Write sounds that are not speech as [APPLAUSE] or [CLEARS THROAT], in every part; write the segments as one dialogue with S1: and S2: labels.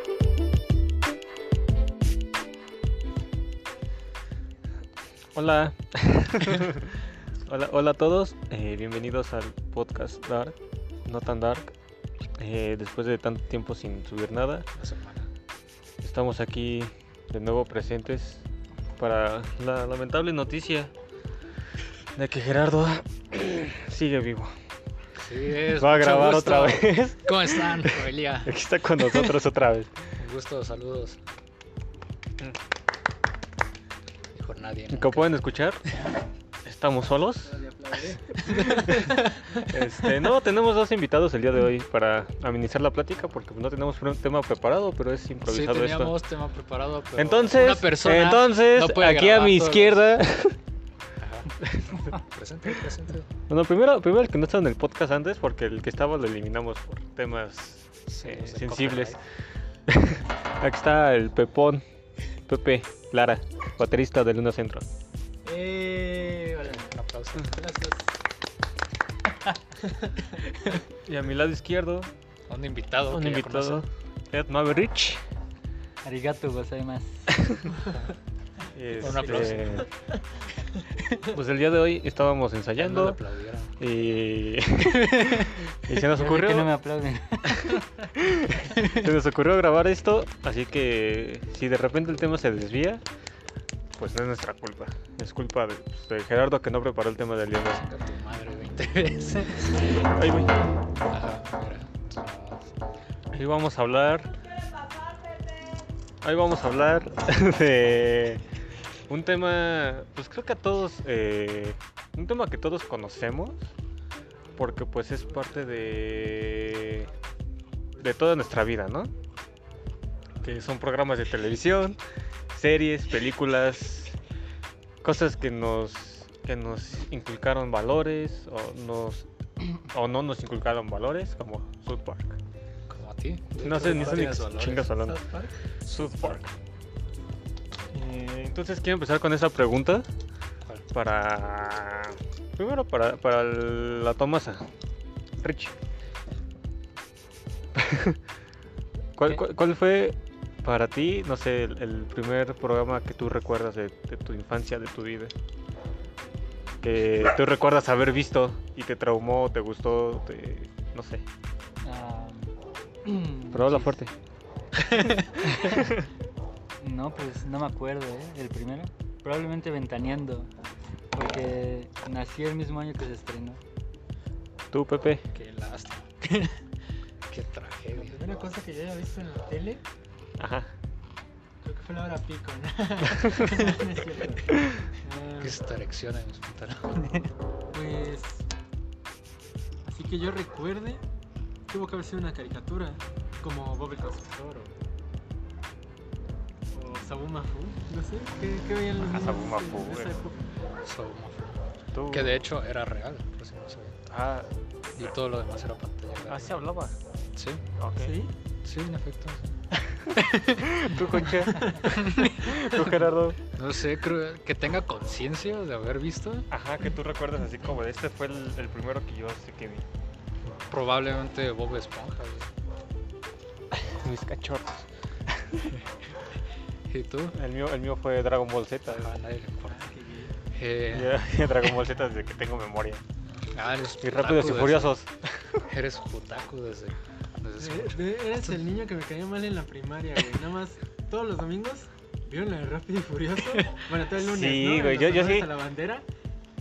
S1: [LAUGHS]
S2: Hola. hola, hola a todos. eh, bienvenidos al podcast Dark, no tan dark. Eh, después de tanto tiempo sin subir nada,
S1: La semana.
S2: estamos aquí de nuevo presentes para la lamentable noticia de que Gerardo [COUGHS] sigue vivo.
S1: Sí, es.
S2: Va a
S1: mucho
S2: grabar
S1: gusto.
S2: otra
S1: [LAUGHS]
S2: vez. [LAUGHS]
S1: ¿Cómo están, familia?
S2: Aquí está con nosotros otra vez.
S1: Un gusto, saludos. Dijo nadie.
S2: Y
S1: ¿no?
S2: Como pueden escuchar, estamos solos. Este, no, tenemos dos invitados el día de hoy para amenizar la plática porque no tenemos un tema preparado, pero es
S1: Sí,
S2: [LAUGHS] improvisado esto.
S1: teníamos tema preparado, pero.
S2: Entonces,
S1: una persona
S2: entonces
S1: no puede
S2: aquí a
S1: grabar
S2: mi
S1: todos.
S2: izquierda,
S1: Ajá. [LAUGHS] Presente, presente.
S2: bueno, primero, primero el que no estaba en el podcast antes porque el que estaba lo eliminamos por temas
S1: Sí,
S2: eh,
S1: los de
S2: sensibles. Aquí está el Pepón, Pepe Lara, baterista de Luna Centro.
S3: Eh, hola.
S1: copyright. Un aplauso.
S3: Gracias.
S2: Y a mi lado izquierdo,
S1: A Un invitado.
S2: un
S1: que ya
S2: invitado,
S1: conocen.
S2: Ed Maverick.
S3: Arigato pues,
S2: [LAUGHS]
S3: gozaimasu.
S1: Un aplauso.
S2: Este, Pues el día de hoy estábamos
S1: Ya no le
S2: ensayando
S1: aplaudieron.
S2: y, [LAUGHS] y se nos
S3: Ya vi
S2: ocurrió
S3: que no
S1: [LAUGHS]
S3: me aplauden.
S2: se nos ocurrió grabar esto, así que si de repente el tema se desvía, pues no es nuestra culpa. Es culpa de, pues, de Gerardo que no preparó el tema del día de hoy.
S1: Saca tu madre 20 veces.
S2: [LAUGHS] Ahí voy.
S1: Ajá, mira.
S2: Ahí vamos a hablar. Ahí vamos a hablar [LAUGHS] de un tema, pues creo que a todos, eh, un tema que todos conocemos, porque pues es parte de de toda nuestra vida, ¿no? Que son programas de televisión, series, películas, cosas que nos que nos inculcaron valores o nos o no nos inculcaron valores, como South Park.
S1: Como a ti.
S2: No sé, ni sé ni
S1: Tienes
S2: qué
S1: valores.
S2: chingas hablando. South Park. Eh, entonces quiero empezar con esa pregunta
S1: ¿Cuál?
S2: para... Primero para, para el- la Tomasa. Rich. ¿Cuál, [LAUGHS]
S3: ¿Qué?
S2: cuál, cuál fue para ti, no sé, el, el primer programa que tú recuerdas de, de tu infancia, de tu vida? Que tú recuerdas haber visto y te traumó, te gustó, te- no sé.
S3: Ah,
S2: Pero habla
S3: Mm, sí.
S2: fuerte.
S3: No, pues no me acuerdo, ¿eh? El primero. Probablemente Ventaneando. Porque nací el mismo año que se estrenó.
S2: Tú, Pepe.
S1: Qué lástima. [LAUGHS] Qué
S4: La
S1: tragedia.
S4: primera cosa que yo haya visto en la
S3: [LAUGHS]
S4: tele,
S2: Ajá.
S4: creo que fue la hora pico, ¿no? No es cierto. Ah,
S1: Qué esta erección en mis pantalones.
S4: pues. Así que yo recuerde, tuvo que haber sido una caricatura, como Bob el Constructor o. o Sabu Mafu, no sé, ¿qué, qué veían los
S2: Ah,
S4: niños
S2: Sabu Mafu,
S4: en esa
S2: güey.
S4: época?
S1: Saumafo.
S2: Tú.
S1: Que de hecho era real, por si no sabía.
S2: Ah,
S1: Y todo lo demás era pantalla. verde.
S2: así hablaba.
S1: Sí,
S2: Ok.
S4: ¿Sí?
S1: sí, en efecto.
S2: [LAUGHS] ¿Tú, Concha? ¿Tú, Gerardo?
S1: No sé, creo que tenga conciencia de haber visto.
S2: Ajá, que tú recuerdas así como de este fue el, el primero que yo sé que vi.
S1: Probablemente Bob Esponja. güey.
S2: Mis cachorros.
S1: ¿Y tú?
S2: El mío, el mío fue Dragon Ball Z.
S1: A nadie le importa.
S4: Ah, qué gay.
S1: Eh,
S2: Ya, [LAUGHS] Dragon Ball Z desde que tengo memoria.
S1: ah, eres
S2: Y
S1: putaco
S2: rápidos y
S1: desde-
S2: furiosos.
S1: Eres putaco desde. desde
S4: De-
S1: siempre.
S4: Eh, de- eres el niño que me caía mal en la primaria, güey. Nada más, todos los domingos, vieron la de Rápido y Furioso. Bueno, todo el lunes,
S2: Sí,
S4: ¿no? En
S2: güey,
S4: los
S2: yo- yo
S4: honores
S2: sí.
S4: a la bandera.
S2: [LAUGHS]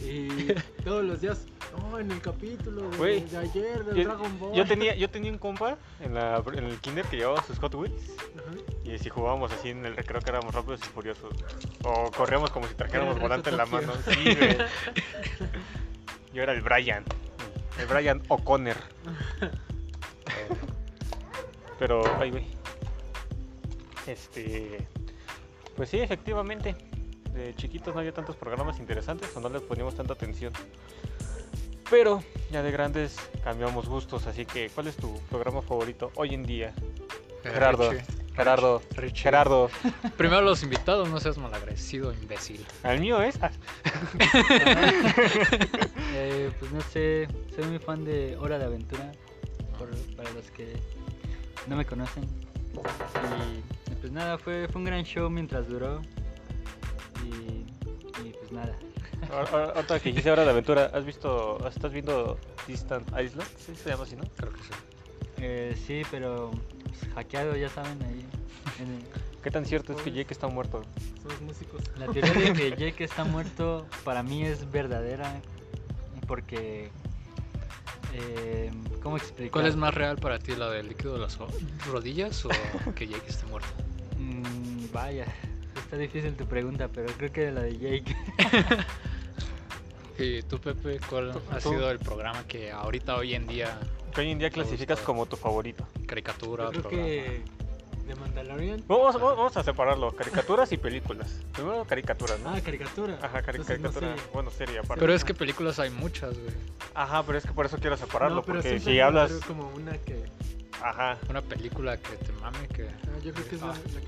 S4: Y todos los días, no, en el capítulo, güey,
S2: Güey,
S4: de ayer, del
S2: Yo,
S4: Dragon Ball.
S2: yo tenía, yo tenía un compa en, la, en el kinder que llevaba sus Hot Wheels.
S4: Ajá.
S2: Y si jugábamos así en el recreo que éramos rápidos y furiosos. O corríamos como si trajéramos
S4: Era el
S2: volante
S4: reto
S2: en la
S4: Tokio.
S2: mano. Sí, güey. Yo era el Brian. El Brian O'Connor. Pero, ay, güey. Este. Pues sí, efectivamente. De chiquitos no había tantos programas interesantes o no les poníamos tanta atención. Pero ya de grandes cambiamos gustos, así que ¿cuál es tu programa favorito hoy en día?
S1: Eh,
S2: Gerardo,
S1: Richie,
S2: Gerardo,
S1: Richie.
S2: Gerardo,
S1: Primero los invitados, no seas malagradecido, imbécil.
S2: al mío es. Ah,
S3: Eh, pues no sé, soy muy fan de Hora de Aventura, por- para los que no me conocen. Y pues nada, fue, fue un gran show mientras duró. Y, y, pues pues nada.
S2: Ahora- ahora- Ahorita que hice ahora de aventura, ¿has visto, estás viendo Distant Island? ¿Sí se llama así, no?
S1: Creo que sí.
S3: Eh, sí, pero pues, hackeado, ya saben, ahí. en el-
S2: ¿Qué tan cierto es que Jake está muerto?
S4: Somos músicos.
S3: La teoría de que Jake está muerto para mí es verdadera porque... eh, ¿Cómo explicar?
S1: ¿Cuál es más real para ti, la del líquido de las ro- rodillas o que Jake esté muerto?
S3: Mm, vaya, está difícil tu pregunta, pero creo que la de Jake.
S1: [LAUGHS] ¿Y tú, Pepe, cuál
S2: Tú-
S1: ha
S2: tú.
S1: sido el programa que ahorita, hoy en día,
S2: Que hoy en día clasificas
S1: gustó.
S2: como tu favorito.
S1: caricatura,
S4: Yo creo
S1: programa?
S4: que de Mandalorian.
S2: Vamos, vamos- vamos a separarlo, caricaturas y películas. Primero caricaturas, ¿no?
S4: Ah, caricatura.
S2: Ajá, cari-
S4: Entonces, no
S2: caricatura.
S4: sé.
S2: Bueno, serie aparte.
S1: Pero es que películas hay muchas, güey.
S2: Ajá, pero es que por eso quiero separarlo,
S4: No, pero
S2: porque
S4: siempre
S2: si
S4: va a
S2: hablas...
S4: haber como una que.
S2: Ajá.
S1: Una película que te mame, que...
S4: Ah, yo creo que es la,
S1: Ah.
S4: la que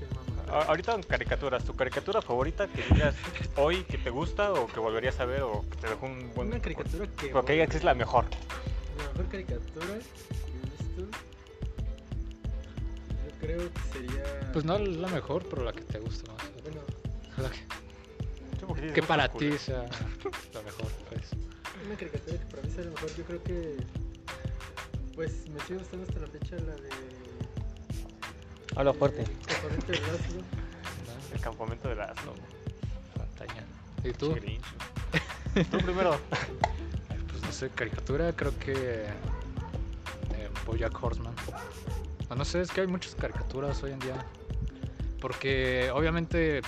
S2: A-
S4: me mama.
S2: Ahorita en caricaturas, ¿tu caricatura favorita que digas hoy que te gusta o que volverías a ver o que te dejó un buen...
S4: Una caricatura que.
S2: Pero que digas que es la mejor.
S4: La mejor caricatura que he visto. Yo creo que sería.
S1: Pues no la mejor, pero la que te gusta más.
S4: Bueno,
S1: La que,
S2: Sí, porque sí,
S1: que
S2: es
S1: para
S2: oscura.
S1: ti sea la mejor, pues.
S4: una caricatura que para mí sea la mejor, yo creo que. Pues me sigue gustando hasta la fecha la de.
S5: Habla fuerte.
S4: eh, Campamento de Lázaro.
S2: El campamento de las... No,
S1: Montaña. ¿Y tú?
S2: Grinch. [LAUGHS] Tú primero.
S1: Pues no sé, caricatura, creo que. Eh, Bojack Horseman. O no sé, es que hay muchas caricaturas hoy en día. Porque obviamente eh,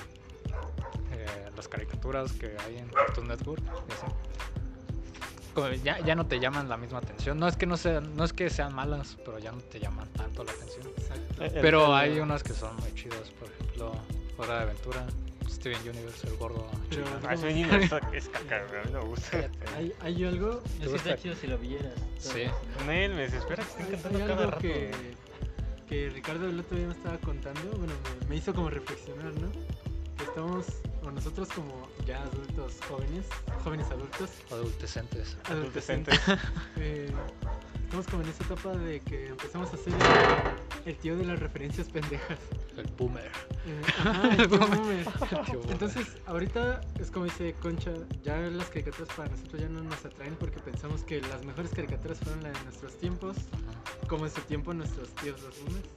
S1: las caricaturas que hay en Cartoon Network y así, como ya, ya no te llaman la misma atención. No es que no sean, no es que sean malas, pero ya no te llaman tanto la atención.
S4: Exacto.
S2: El-
S1: Pero
S2: el-
S1: hay unas que son muy chidas, por ejemplo, Hora de Aventura, Steven Universe, el gordo.
S4: Pero-
S1: chica.
S2: [LAUGHS] Ah, ese niño está- es caca, güey, a mí no me gusta.
S4: Hay, hay algo.
S3: Es que
S1: gusta?
S3: está chido si lo vieras.
S1: Sí.
S2: Nel, me desespera que
S4: hay-
S2: estén cantando
S4: hay
S2: cada
S4: algo
S2: rato.
S4: que. Que Ricardo el otro día me estaba contando. Bueno, me, me hizo como reflexionar, ¿no? Que estamos. O nosotros como ya adultos jóvenes. Jóvenes adultos.
S1: Adultecentes.
S2: Adolescente.
S4: Eh, estamos como en esa etapa de que empezamos a hacer el tío de las referencias pendejas.
S1: El boomer.
S2: [LAUGHS]
S4: Eh, ajá, el tío boomer.
S1: El tío boomer.
S4: Entonces, ahorita es como dice Concha, ya las caricaturas para nosotros ya no nos atraen porque pensamos que las mejores caricaturas fueron las de nuestros tiempos,
S1: Ajá,
S4: como en su tiempo nuestros tíos los boomers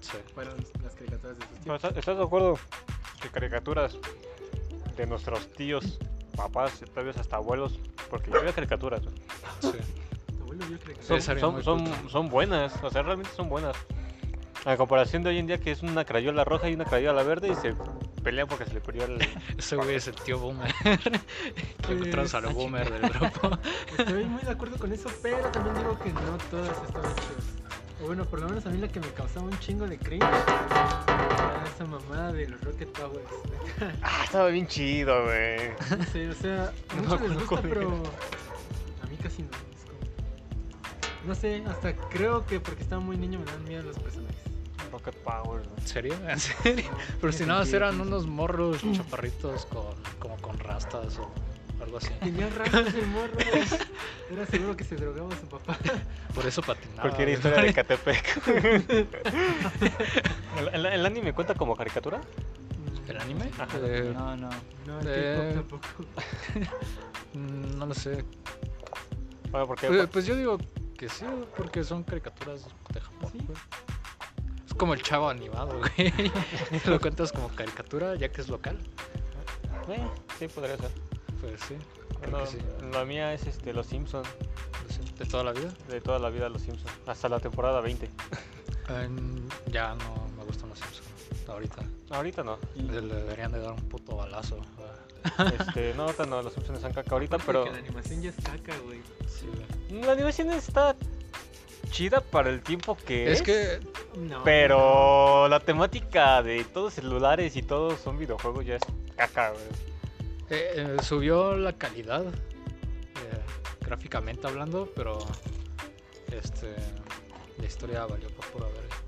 S1: sí.
S4: fueron las caricaturas de sus
S2: No,
S4: tiempos.
S2: ¿Estás estás de acuerdo que caricaturas de nuestros tíos, papás, tal vez hasta abuelos? Porque yo veo caricaturas. güey.
S1: Sí.
S4: Tu abuelo vio caricaturas.
S2: Son,
S1: Sí, sería
S2: son,
S1: muy
S2: son-
S1: puto.
S2: son buenas, o sea, realmente son buenas. A comparación de hoy en día que es una crayola roja y una crayola verde y se pelean porque se le perdió el...
S1: [LAUGHS] Ese güey es el tío boomer. Que encontramos
S4: Pues,
S1: al
S4: ah,
S1: boomer del
S2: [LAUGHS]
S1: grupo.
S4: Estoy muy de acuerdo con eso, pero también digo que no todas estaban chidas. O bueno, por lo menos a mí la que me causaba un chingo de cringe era esa mamada de los Rocket Powers.
S2: [LAUGHS] Ah, estaba bien chido, güey.
S4: No sé, o sea,
S1: [LAUGHS]
S4: a
S1: No me
S4: muchos les
S1: acuerdo
S4: gusta,
S1: cómo era.
S4: pero a mí casi no. es como- No sé, hasta creo que porque estaba muy niño me dan miedo los personajes.
S2: Rocket Power, güey.
S1: ¿En serio? ¿En serio? Pero si nada, eran unos morros chaparritos con, como con rastas o algo así. [LAUGHS]
S4: Tenía rastas el morro. Era seguro que se drogaba su papá.
S1: Por eso patinaba.
S2: Cualquier
S1: güey.
S2: historia de Catepec. [LAUGHS] ¿El, el, el anime cuenta como caricatura?
S1: [LAUGHS]
S4: Mm,
S1: ¿El anime?
S2: Ajá.
S1: Eh,
S3: No, no.
S4: No, el
S1: Eh.
S4: K-pop tampoco.
S1: mm, no lo sé.
S2: Bueno, porque...
S1: Pues, pues yo digo que sí, porque son caricaturas de Japón.
S4: Sí.
S1: güey. Es como el chavo animado, [LAUGHS] güey. Lo cuentas como caricatura, ya que es local.
S2: eh, sí, podría ser.
S1: Pues sí, creo
S2: Bueno,
S1: que sí.
S2: La mía es este, Los Simpsons,
S1: No sé, pues De toda la vida.
S2: de toda la vida Los Simpsons, hasta la temporada 20.
S1: Em, ya no me gustan los Simpsons. Ahorita.
S2: Ahorita
S1: [LAUGHS]
S2: no,
S1: Le le deberían de dar un puto balazo. güey.
S2: este, no, ahorita no, Los Simpsons están caca ahorita, pero
S4: Porque la animación ya es caca, güey.
S1: Sí, güey.
S2: la animación está chida para el tiempo que es.
S1: Es que
S4: No.
S2: Pero la temática de todos celulares y todos son videojuegos ya es caca, güey.
S1: eh, eh, subió la calidad eh, gráficamente hablando, pero este la historia valió por pura verga.
S4: Ajá,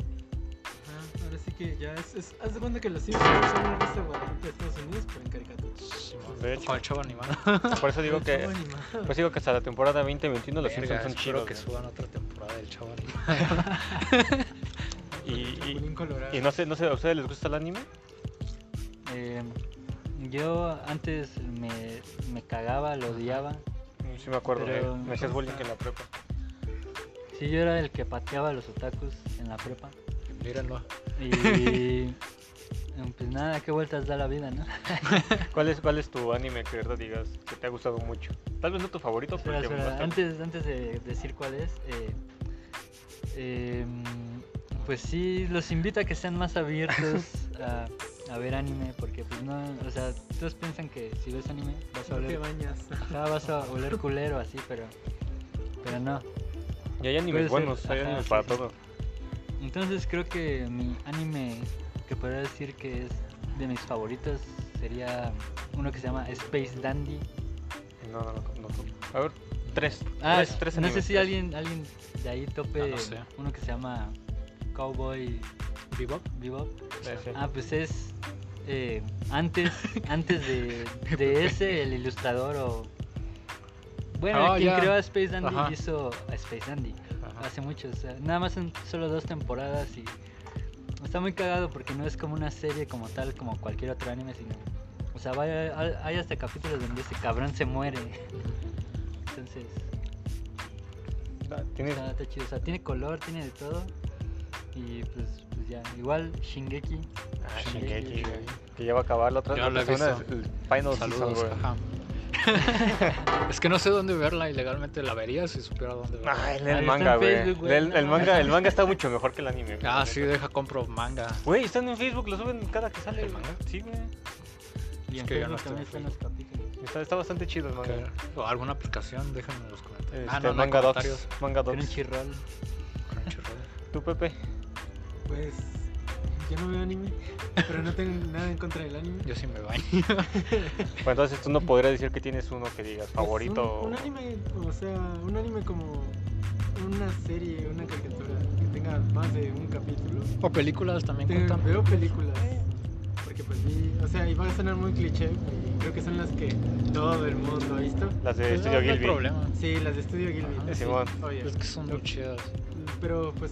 S4: Ah, ahora sí que ya es, es- haz de cuenta que los Simpsons son una raza guadalupe de Estados Unidos, pero en caricaturas.
S1: Simón,
S2: De hecho.
S1: Con el chavo animado.
S2: Por eso digo
S4: Son
S1: [LAUGHS]
S2: que, pues,
S4: animados.
S2: por eso digo que hasta la temporada 2021 [LAUGHS] los
S1: Verga,
S2: Simpsons son
S1: espero
S2: chidos.
S1: que
S2: güey.
S1: suban otra temporada del chavo animado.
S2: Y, y-
S4: Chapulín Colorado.
S2: y no sé, no sé, ¿a ustedes les gusta el anime?
S3: Eh, Yo antes me, me cagaba, lo odiaba.
S2: Sí me acuerdo,
S3: Pero-
S2: eh, me hacías bullying en la prepa.
S3: Sí, yo era el que pateaba a los otakus en la prepa.
S1: Mírenlo.
S3: Y. pues nada, qué vueltas da la vida, ¿no?
S2: ¿Cuál es, ¿Cuál es tu anime que de verdad digas que te ha gustado mucho? Tal vez no tu favorito,
S3: Espera,
S2: pero que
S3: espera,
S2: bastante.
S3: Antes, antes de decir cuál es, eh, em, pues sí, los invito a que sean más
S4: [LAUGHS]
S3: abiertos a, a ver anime, porque pues no, o sea, todos piensan que si ves anime vas a
S4: No
S3: oler,
S4: te bañas.
S3: ajá, vas a oler culero así, pero, pero no.
S2: Y hay animes
S3: puede ser,
S2: buenos, hay
S3: ajá,
S2: animes
S3: sí,
S2: para
S3: sí.
S2: todo.
S3: Entonces creo que mi anime que podría decir que es de mis favoritos sería uno que se llama Space Dandy.
S2: No, no, no, no. A ver, tres.
S3: Ah,
S2: tres, tres
S3: no sé
S2: animes,
S3: si
S2: tres.
S3: alguien, alguien de ahí tope
S1: Ah, no sé.
S3: uno que se llama Cowboy
S1: Bebop.
S3: Bebop.
S2: Sí, sí.
S3: Ah, pues es eh,
S1: [LAUGHS]
S3: antes, antes de, de ese el ilustrador o bueno,
S1: Ah,
S3: quien
S1: ya.
S3: creó a Space Dandy
S1: Ajá.
S3: hizo a Space Dandy
S1: Ajá.
S3: hace mucho, o sea, nada más en solo dos temporadas y está muy cagado porque no es como una serie como tal, como cualquier otro anime, sino, o sea, vaya- hay, hay hasta capítulos donde ese cabrón se muere, entonces
S2: Ah, Tienes
S3: está, está chido, o sea, tiene color, tiene de todo y pues, pues ya, igual Shingeki,
S2: Ah,
S3: Shingeki,
S2: Shingeki,
S3: güey.
S2: Que ya va a acabar la otra
S1: Ya lo he
S2: persona.
S1: visto.
S2: El final season,
S1: Saludos.
S2: güey.
S1: ajá. [LAUGHS] es que no sé dónde verla ilegalmente. La vería si supiera dónde verla.
S2: Ay, lee
S3: Ahí
S2: Ah,
S3: Ah, está
S2: el
S3: en
S2: manga, güey.
S3: Facebook, güey. Ah.
S2: Lee El, el
S3: No,
S2: manga, el manga está mucho mejor que el anime. güey.
S1: Ah, sí, deja compro manga.
S2: Güey, están en Facebook, lo suben cada que sale.
S1: ¿El
S2: güey.
S1: manga?
S2: Sí, güey.
S3: y
S1: Es
S3: en
S1: que yo no
S3: Facebook
S1: estoy
S3: también están
S1: en
S3: los capítulos.
S2: Está, está bastante chido el manga.
S1: Que- O alguna aplicación, déjenme en los comentarios.
S2: Este,
S1: ah, no, no hay
S2: manga
S1: comentarios.
S2: Docs. Manga Docs.
S3: Crunchyroll.
S1: Crunchyroll.
S2: ¿Tú,
S1: [LAUGHS]
S2: Pepe?
S4: Pues yo no veo anime, pero no tengo nada en contra del anime.
S1: Yo sí me baño.
S2: Bueno, entonces tú no podrías decir que tienes uno que digas
S4: Pues,
S2: favorito.
S4: Un, un anime, o sea, un anime como una serie, una caricatura que tenga más de un capítulo.
S1: [LAUGHS] O películas también
S4: Te-
S1: cuentan.
S4: veo películas. Porque pues vi, o sea, y va a sonar muy cliché, y creo que son las que todo el mundo ha visto.
S2: Las de
S1: Pues no,
S2: Studio
S1: no hay
S2: Gilby.
S1: problema.
S4: Sí, las de Estudio Gilby.
S1: Ajá.
S4: ¿no?
S2: De Simón.
S4: Sí, obvio.
S1: Es que son muy chidas.
S4: Pero pues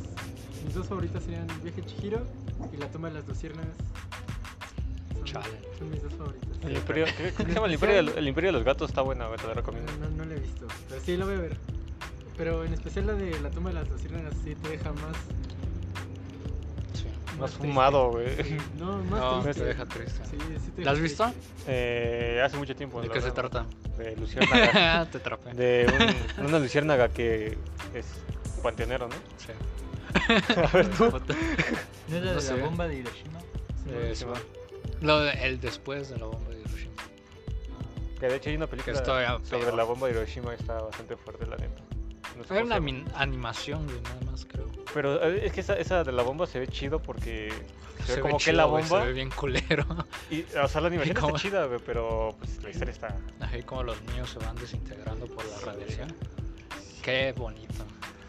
S4: mis dos favoritas serían Viaje a Chihiro y La Toma de las Luciérnagas. Son,
S1: Chale.
S4: son mis dos favoritas.
S2: El Imperio, ¿qué- ¿Cómo se llama? El Imperio, de- el Imperio de los Gatos está buena, güey, te la recomiendo.
S4: No, no, no la he visto, pero sí la voy a ver. Pero en especial la de La Toma de las Luciérnagas sí te deja más...
S1: Sí.
S2: Más
S4: triste.
S2: fumado, güey.
S1: [LAUGHS]
S4: Sí, eh, No, más
S1: No,
S4: triste.
S1: te deja triste.
S4: Sí, sí te
S1: ¿La has
S4: deja
S1: visto?
S2: [LAUGHS] Eh, hace mucho tiempo.
S1: ¿De
S2: la
S1: qué se
S2: verdad,
S1: trata? [LAUGHS] Ah,
S2: De Luciérnaga.
S1: Te atrapé.
S2: De un- una luciérnaga que es panteonero, ¿no?
S1: Sí.
S2: A ver tú.
S3: ¿No es la
S1: No
S3: de
S1: sé.
S3: la bomba de Hiroshima?
S1: Eh, sí, va. Lo de- el después de la bomba de Hiroshima.
S2: Que de hecho hay una película
S1: Esto ya
S2: sobre
S1: peor.
S2: la bomba de Hiroshima que está bastante fuerte, la neta. No sé
S1: Era
S2: cómo se
S1: una
S2: llama.
S1: min- animación, güey, nada más creo.
S2: Pero eh, es que esa, esa de la bomba se ve chido porque se, ve como que
S1: chido,
S2: la
S1: güey,
S2: bomba.
S1: se ve bien culero. [LAUGHS]
S2: y, o sea, la animación
S1: ¿Cómo?
S2: está chida, güey, pero pues la historia está.
S1: Ahí como los niños se van desintegrando por la radiación. Qué bonito.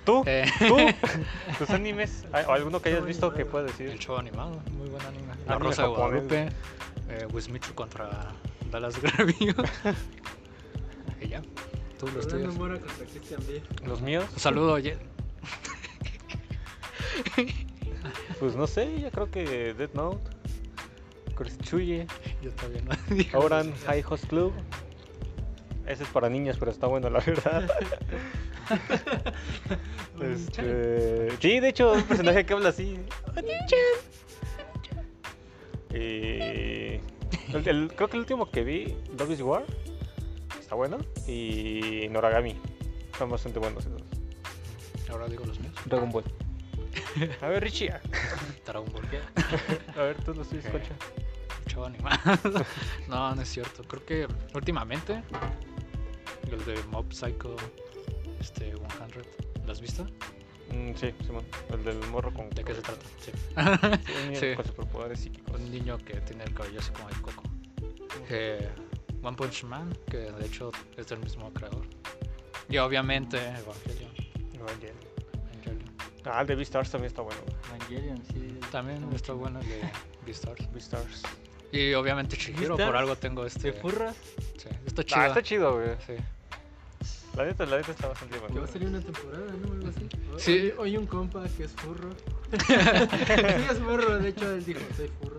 S2: ¿Tú?
S1: Eh,
S2: ¿Tú? [LAUGHS] ¿Tus animes? ¿Hay- o ¿Alguno que hayas visto que puedas
S1: el
S2: decir?
S1: show animado, muy buen anime. La
S2: Anime
S1: Rosa de
S2: japonés.
S1: Guadalupe, eh, Wismichu contra Dallas [LAUGHS] Gravio. y ya, tú los
S4: Orlando
S1: tuyos.
S4: Mora contra Christian Bale.
S2: ¿Los míos?
S1: Un saludo, Ye-
S2: Pues no sé, yo creo que Dead Note, Crustuye,
S1: Yo todavía no digo.
S2: Oran High Host Club. Ese es para niños, pero está bueno, la [LAUGHS] verdad. Este, Sí, de hecho, un personaje que habla [LAUGHS] así. Eh, el- el- creo que el último que vi, Love is War, está bueno. Y Noragami. Están bastante buenos esos.
S1: [LAUGHS] Ahora digo los míos.
S6: Dragon Ball.
S2: A ver, Richie.
S1: Dragon Ball.
S2: A ver, tú los tuyos,
S1: Ok.
S2: Concha.
S1: Chavo animado. [LAUGHS] no, no es cierto. Creo que últimamente los de Mob Psycho este 100, ¿lo has visto?
S2: Mm, sí, Simón. El del morro con.
S1: ¿De qué se trata? Sí.
S2: Sí, Mm. un niño [LAUGHS]
S1: Sí.
S2: Con superpoderes psíquicos.
S1: Un niño que tiene el cabello así como de coco. Eh, One Punch Man, que de hecho es del mismo creador. Y obviamente Evangelion.
S2: Evangelion.
S1: Evangelion.
S2: Ah, el de Beastars también está bueno.
S3: Evangelion, sí.
S1: También está bueno el de Beastars.
S2: Beastars.
S1: Y obviamente Chihiro, por
S3: ¿Beastars?
S1: algo tengo este.
S3: ¿De furras?
S1: Sí, está chido.
S2: Ah, está chido, güey.
S1: Sí.
S2: La neta, la neta está bastante
S4: Va
S2: bueno.
S4: a salir una temporada, ¿no? Algo así. O-
S1: Sí.
S4: Oye, oye un compa que es furro.
S1: [LAUGHS]
S4: [LAUGHS] sí, es furro, de hecho él dijo, soy furro.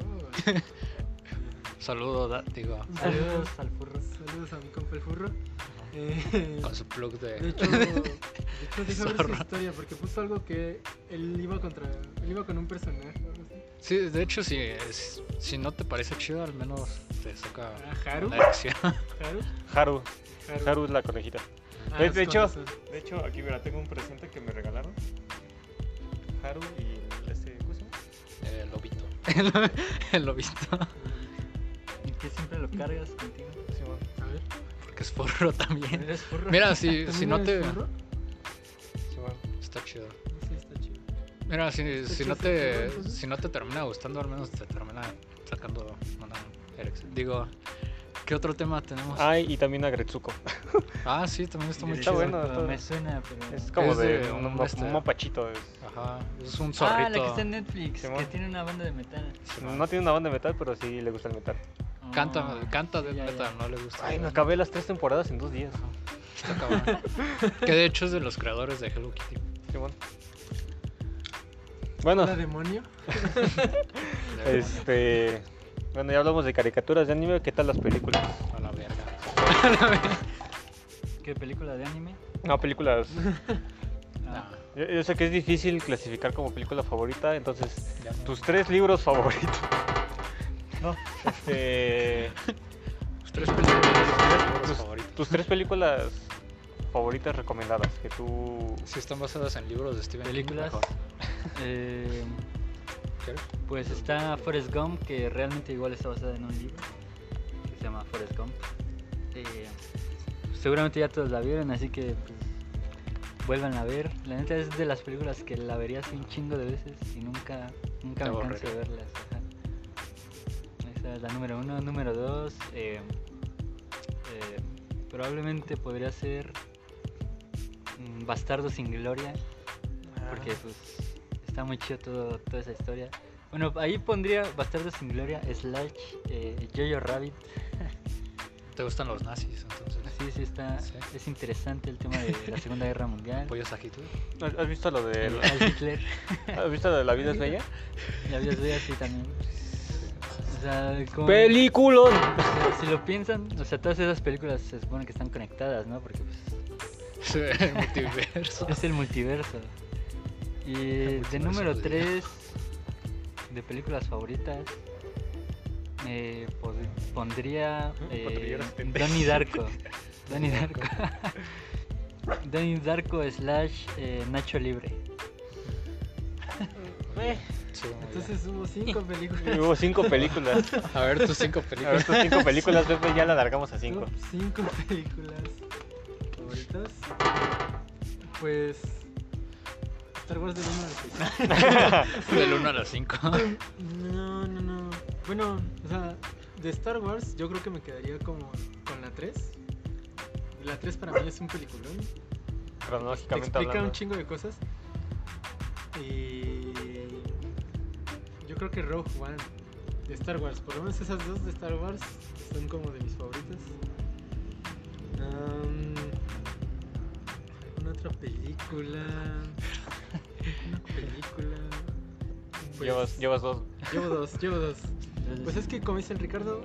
S1: Saludo, da- digo,
S3: Saludos al furro.
S4: Saludos a mi compa el furro. Eh,
S1: con su plug
S4: De
S1: de. [LAUGHS]
S4: hecho, de hecho déjame ver su
S1: Zorro.
S4: historia porque puso algo que él iba contra. Él iba con un personaje. o algo así.
S1: Sí, de hecho, si, es- si no te parece chido, al menos te saca
S4: Ah, Haru.
S1: una erección.
S4: Haru.
S2: Haru.
S4: Haru.
S2: Haru es la conejita.
S4: Ah,
S2: De- de
S4: con
S2: hecho-
S4: razón.
S2: De hecho, aquí mira, tengo un presente que me regalaron. Haru y este, ¿cómo se llama?
S1: El lobito. [LAUGHS] El, lobito.
S3: ¿Y qué siempre lo cargas
S1: [LAUGHS]
S3: contigo?
S4: A ver.
S1: Porque es forro
S3: [LAUGHS]
S1: también.
S3: ¿Eres furro?
S1: Mira, si, si
S4: ¿también
S1: no
S4: eres
S1: te.
S4: furro?
S1: Está chido.
S4: Sí, está chido.
S1: Mira, si,
S4: Está
S1: si,
S4: chido,
S1: no
S4: está chido,
S1: te,
S4: entonces.
S1: si no te termina gustando, al menos te termina sacando una erección. Digo, ¿qué otro tema tenemos? Ah,
S2: Ay, y también a Gretsuko.
S1: sí, también está muy
S2: Está
S3: Está
S1: chido.
S2: bueno,
S3: bueno.
S2: está-
S3: Me suena, pero.
S2: Es como
S1: Es
S2: de,
S1: de
S2: un,
S1: un
S2: ma-
S1: este-
S2: un mapachito. es-
S1: Ajá, es un
S3: Ah, la que
S1: zorrito.
S3: está en Netflix, que
S2: Simón.
S3: tiene una banda de metal.
S2: No tiene una banda de metal, pero sí le gusta el metal.
S1: Canta,
S3: Ah,
S1: canta de
S3: ya, ya.
S1: metal, no le gusta.
S2: Ay, me acabé las tres temporadas en dos días.
S1: Está cabrón. que de hecho es de los creadores de Hello Kitty.
S2: Simón. Bueno,
S4: ¿La demonio?
S1: De-
S2: este. Bueno, ya hablamos de caricaturas de anime. ¿Qué tal las películas?
S1: A la verga.
S3: ¿Qué película de anime?
S2: No, películas.
S3: Ah,
S1: No,
S2: Yo, yo sé que es difícil clasificar como película favorita, entonces.
S1: ya no.
S2: Tus tres libros favoritos. No, este.
S1: Tus tres películas tus favoritas.
S2: Tus tres películas favoritas recomendadas que tú.
S1: Si están basadas en libros de Steven King,
S3: películas.
S1: mejor.
S3: eh,
S1: ¿Quieres?
S3: pues está Forrest Gump, que realmente igual está basada en un libro. Que se llama Forrest Gump. Eh, seguramente ya todos la vieron, así que pues, vuelvan a ver. La neta es de las películas que la vería así un chingo de veces y nunca, nunca
S1: Te
S3: me
S1: aburre.
S3: canso de verlas. ajá. Esa es la número uno. Número dos, eh, eh, probablemente podría ser mm, Bastardo sin Gloria.
S1: Ah.
S3: Porque
S4: Ah,
S3: pues está muy chido todo, toda esa historia. Bueno, ahí pondría Bastardo sin Gloria, Slash, eh, Jojo Rabbit.
S1: ¿Te gustan los nazis entonces?
S3: Sí, sí está.
S1: Sí.
S3: Es interesante el tema de la Segunda Guerra Mundial.
S1: ¿Pollos a Hitler?
S2: ¿Has has visto lo de.
S3: el Adolf Hitler,
S2: ¿Has visto lo de La vida es bella?
S3: la vida es bella, sí también. O sea, como-
S7: ¡Peliculón!
S3: o sea, si lo piensan, o sea, todas esas películas se supone que están conectadas, ¿no? Porque pues,
S1: Sí, [LAUGHS] el multiverso.
S3: es el multiverso.
S2: Ah, pues,
S3: Y de
S1: multiverso
S3: número
S1: de-
S3: 3 de películas favoritas, eh, pod- pondría eh,
S2: Patrulleros Tendentes.
S3: Donnie
S2: [LAUGHS]
S3: Darko. Donnie Darko. [LAUGHS] Donnie Darko slash eh, Nacho Libre.
S1: Sí, muy bien.
S4: Entonces
S1: [LAUGHS]
S4: hubo cinco películas.
S2: Hubo cinco [LAUGHS] películas.
S1: A ver tus cinco
S2: A ver,
S1: películas.
S2: tus cinco películas, Pepe, ya la alargamos a cinco.
S4: Top cinco [LAUGHS] películas favoritas. Pues. Star Wars del 1 al
S1: [LAUGHS]
S4: 6.
S1: Del 1 a las 5.
S4: No, no, no. Bueno, o sea, de Star Wars yo creo que me quedaría como con la 3. La 3 para mí es un peliculón. Te
S2: Cronológicamente
S4: explica
S2: hablando.
S4: un chingo de cosas. Y yo creo que Rogue One de Star Wars, por lo menos esas dos de Star Wars son como de mis favoritas. Am, ¿Alguna otra película? ¿Una película? Pues,
S2: Llevas, llevas dos.
S4: Llevo dos, llevo dos.
S3: Entonces,
S4: Pues es que como dice el Ricardo,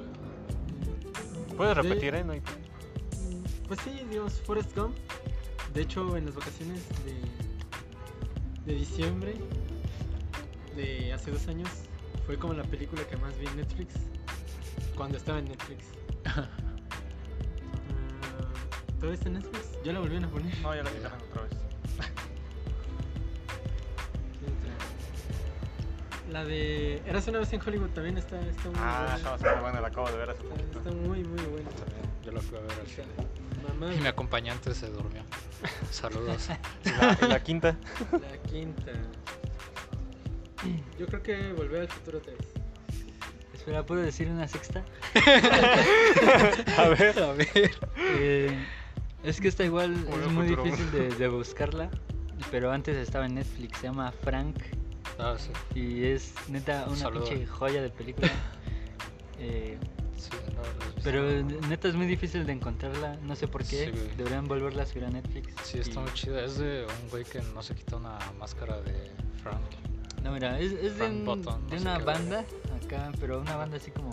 S2: Puedes
S4: De-
S2: repetir, ¿eh? No hay-
S4: mm, pues sí, digamos, Forrest Gump. De hecho, en las vacaciones de, de diciembre de hace dos años, fue como la película que más vi en Netflix. Cuando estaba en Netflix. Ah, ¿Todavía está en Netflix? Ya la volvieron a poner.
S2: No, ya la quitaron otra vez.
S4: La de... Eras una vez en Hollywood también está, está muy
S2: Ah,
S4: buena.
S2: estaba súper buena, la acabo de ver hace
S4: Está,
S2: [LAUGHS] poquito.
S4: está muy, muy buena.
S1: Yo lo fui a ver al cine.
S4: Mamá,
S1: Y mi acompañante se durmió. Saludos.
S2: La, la quinta.
S4: La quinta. Yo creo que volver al futuro 3.
S3: Espera, ¿puedo decir una sexta?
S2: [LAUGHS] A ver.
S1: A ver.
S3: Eh, es que esta igual
S2: Volver
S3: es
S2: al
S3: muy
S2: futuro.
S3: difícil de, de buscarla, pero antes estaba en Netflix, se llama Frank.
S1: Ah, sí.
S3: Y es neta una
S1: Saludo.
S3: pinche joya de película.
S1: [LAUGHS]
S3: Eh,
S1: sí no, no he visto.
S3: pero eh, neta es muy difícil de encontrarla, no sé por qué.
S1: Sí, güey.
S3: Deberían volverla a subir a Netflix.
S1: Sí, está
S3: y-
S1: muy chida. Es de un güey que no se quita una máscara de Frank.
S3: No, mira, es, es de,
S1: Frank
S3: un-
S1: Button, no
S3: de
S1: sé
S3: una
S1: qué
S3: banda acá, pero una banda así como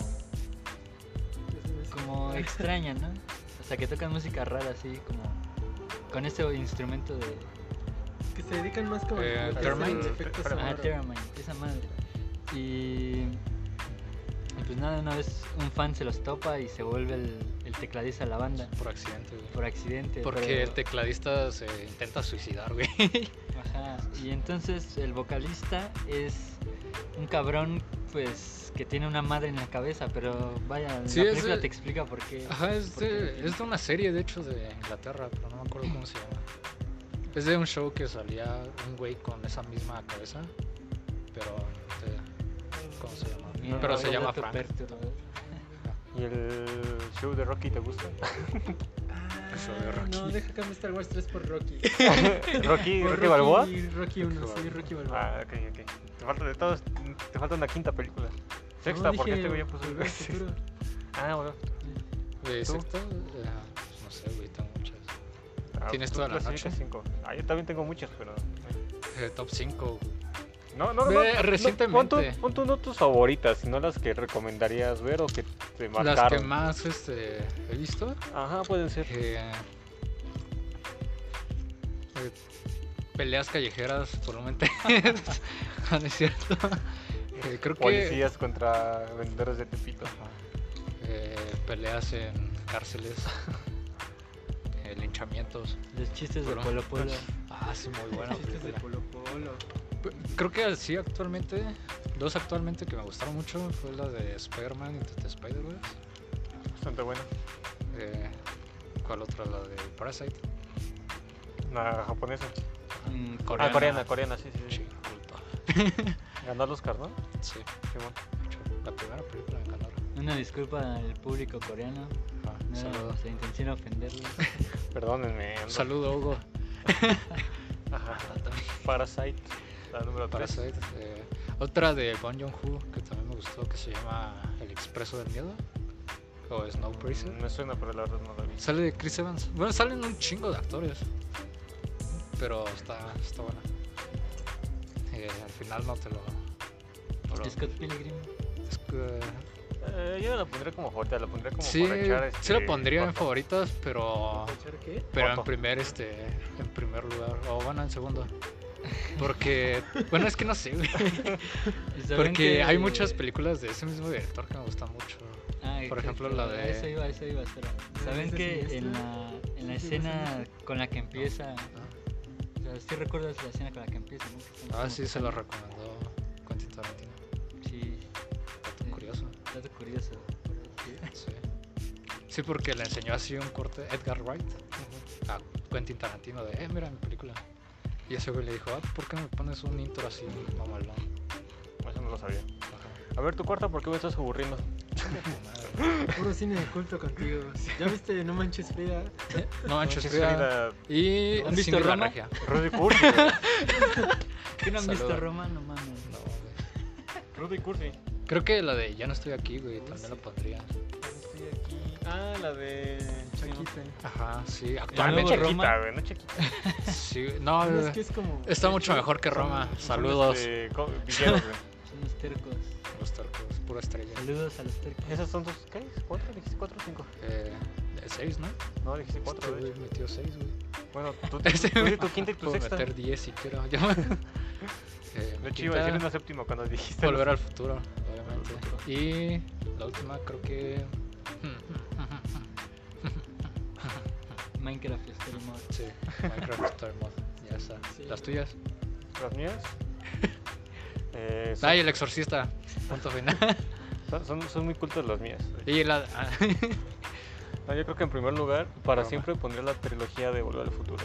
S1: [LAUGHS]
S3: como extraña, ¿no? O sea, que tocan música rara así, como con ese instrumento de...
S4: Que se dedican más como
S1: Eh,
S4: a
S1: Thermite.
S4: efectos
S1: Pero
S3: Ah,
S4: sonoros.
S3: Theramine, esa madre. Y... y pues nada, una vez un fan se los topa y se vuelve el, el tecladista de la banda
S1: Por accidente, güey.
S3: por accidente.
S1: Porque
S3: pero-
S1: el tecladista se intenta suicidar, güey.
S3: Ajá, y entonces el vocalista es un cabrón, pues, que tiene una madre en la cabeza, pero vaya,
S1: Sí,
S3: la
S1: es
S3: película
S1: de-
S3: te explica por qué.
S1: Ajá, es
S3: por qué lo
S1: de,
S3: tiene.
S1: es de una serie, de hecho, de Inglaterra, pero no me acuerdo cómo se llama. Es de un show que salía un güey con esa misma cabeza, pero... no sé ¿Cómo se llama?
S3: Mira,
S1: pero se
S3: un
S1: llama
S3: dato
S1: Frank.
S3: perturbador.
S2: ¿Y el show de Rocky te [LAUGHS] gusta?
S1: Eso de
S4: Ah,
S1: Rocky.
S4: no, deja cambiar Star Wars 3
S2: [LAUGHS]
S4: por Rocky.
S2: ¿Rocky,
S4: Por
S2: Rocky Balboa?
S4: Rocky 1, sí, Rocky Balboa.
S2: Ah, ok, ok. Te falta de todos, te falta una quinta película.
S4: No,
S2: Sexta, porque
S4: dije
S2: este güey ya [LAUGHS]
S4: Volver al
S2: puso.
S4: futuro.
S2: ah, bueno.
S1: ¿De
S2: ¿Tú?
S1: secta? Ajá, pues no sé, güey, tengo muchas.
S2: Ah,
S1: Tienes
S2: tú
S1: toda la
S2: clasificas
S1: noche.
S2: cinco. Ah, yo también tengo muchas, pero.
S1: Eh, top 5.
S2: No, no, no.
S1: Ve,
S2: no, no, pon
S1: recientemente.
S2: tu- pon tu- no tus favoritas, sino las que recomendarías ver o que te marcaron.
S1: Las que más este, he visto.
S2: Ajá, pueden ser.
S1: eh, eh, peleas callejeras, volumen 3. Ah, [LAUGHS] no es cierto. Eh, creo que.
S2: Policías contra vendedores de Ah, Tepito.
S1: Ajá. Eh, peleas en [LAUGHS] cárceles. eh, linchamientos.
S3: Los chistes de
S1: Pero-
S3: Polo Polo.
S1: Ah, sí, muy [LAUGHS] buena
S4: Chistes de
S1: película.
S4: Polo Polo.
S1: P- Creo que sí, actualmente. Dos actualmente que me gustaron mucho fue la de Spider-Man y The Spider-Verse.
S2: Bastante bueno.
S1: Eh, ¿Cuál otra? La de Parasite.
S2: Una japonesa.
S3: Mm,
S2: Ah, coreana, coreana, sí, sí. sí.
S1: Chiculpa.
S2: Ganó el Oscar, ¿no?
S1: Sí,
S2: Simón.
S1: la primera película de ganar.
S3: Una disculpa al público coreano.
S1: Ah,
S3: No
S1: saludo.
S3: se intenciona ofenderlo.
S2: Perdónenme. ando-
S1: Saludo, Hugo.
S2: Ajá. Parasite. La número 3.
S1: Parasite. eh, otra de Bong Joon-ho que también me gustó, que se llama El Expreso del Miedo. O Snowpiercer.
S2: Mm, Me suena, pero la verdad no la vi.
S1: Sale de Chris Evans. Bueno, salen un chingo de actores. Pero está, está buena. Eh, al final no te lo... no lo-
S3: Scott Pilgrim.
S1: es que-
S2: Eh, yo no la pondría como favorita, la pondría como
S1: sí,
S2: por echar,
S1: sí lo
S2: este,
S1: pondría en
S2: corto.
S1: favoritas, pero...
S4: ¿Cachar qué?
S1: Pero en
S2: Foto.
S1: primer, este, en primer lugar, o bueno, en segundo. Porque, [LAUGHS] bueno, es que no sé, güey,
S3: ¿Y saben
S1: Porque
S3: que-
S1: hay muchas películas de ese mismo director que me gustan mucho.
S3: Ah,
S1: por ejemplo,
S3: exacto,
S1: la
S3: a
S1: de-
S3: Eso iba, a eso iba, espera.
S4: ¿La
S3: ¿Saben
S4: viste
S3: que en
S4: Siniestra?
S3: la, en la
S4: este? ¿Sí te gusta
S3: escena
S4: Siniestra?
S3: con la que empieza...
S1: Ah,
S3: O sea, sí recuerdas la escena con la que empieza, ¿no? Que están
S1: Ah,
S3: como
S1: sí, se lo
S3: tocando.
S1: recomendó Quentin Tarantino.
S3: Sí,
S1: Dato
S3: Sí.
S1: curioso.
S3: dato curioso.
S1: Sí. Sí, porque le enseñó así un corte Edgar Wright a Quentin Tarantino de, eh, mira mi película. Y ese güey le dijo, ah, ¿por qué me pones un intro así, mamalón?
S2: Eso no lo sabía.
S1: Ajá,
S2: A ver, tu cuarta, ¿por qué me estás aburriendo?
S1: tu madre.
S4: Puro cine de culto contigo. ¿Ya viste No Manches Frida?
S1: No, manches,
S2: Pinche
S1: Frida.
S2: Frida,
S1: Y
S3: ¿Han visto
S1: Cindy la
S3: Roma?
S1: Regia.
S2: Rudy Cursi.
S1: [LAUGHS]
S2: güey.
S3: ¿Qué no han visto
S1: Saluda.
S3: Roma? No mames.
S1: No, güey.
S2: Rudy Cursi.
S1: Creo que la de Ya no estoy aquí, güey,
S4: Oh,
S1: también
S4: sí.
S1: la pondría.
S4: Estoy aquí.
S2: Ah, la de.
S4: Chaquita.
S1: Ajá, sí,
S2: Ah, no
S1: actualmente.
S3: nuevo
S2: chiquita,
S3: Roma.
S2: güey, no chiquita.
S1: Sí, no,
S4: No,
S1: güey,
S4: [LAUGHS] es que es como.
S1: está mucho mejor que Roma.
S2: Son,
S1: Saludos.
S2: este, co- villanos, güey.
S3: Son los tercos.
S1: Los turcos, pura estrella.
S3: Saludos a los tercos.
S2: Esas son tus. ¿Qué? ¿Cuatro? ¿Dijiste cuatro o cinco?
S1: Eh, seis, ¿no?
S2: No, dijiste
S1: Este
S2: cuatro, de
S1: güey
S2: hecho.
S1: metió seis, güey.
S2: Bueno, tú
S1: [LAUGHS]
S2: te
S1: Este
S2: tú di
S1: güey-
S2: tu quinta y tu
S1: Puedo
S2: sexta.
S1: meter
S2: De
S1: 10 si quiero.
S2: [LAUGHS]
S1: Yo me... Eh, mi
S2: hecho, iba a
S1: quinta,
S2: decir una séptima cuando dijiste. los-
S1: volver al futuro, obviamente. Y la última creo que... hmm,
S3: Minecraft es el
S1: [LAUGHS]
S3: mod.
S1: Sí, Minecraft Story Mode. Ya está.
S4: Sí.
S1: Las tuyas.
S2: Las
S1: [LAUGHS]
S2: mías. Eh, son,
S1: Ah, y el exorcista. Punto
S2: [LAUGHS]
S1: final.
S2: son- son- son muy cultas las mías. de hecho.
S1: y la... ah,
S2: No, Ah, yo creo que en primer lugar, para
S1: Roma.
S2: siempre pondría la trilogía de Volver al Futuro.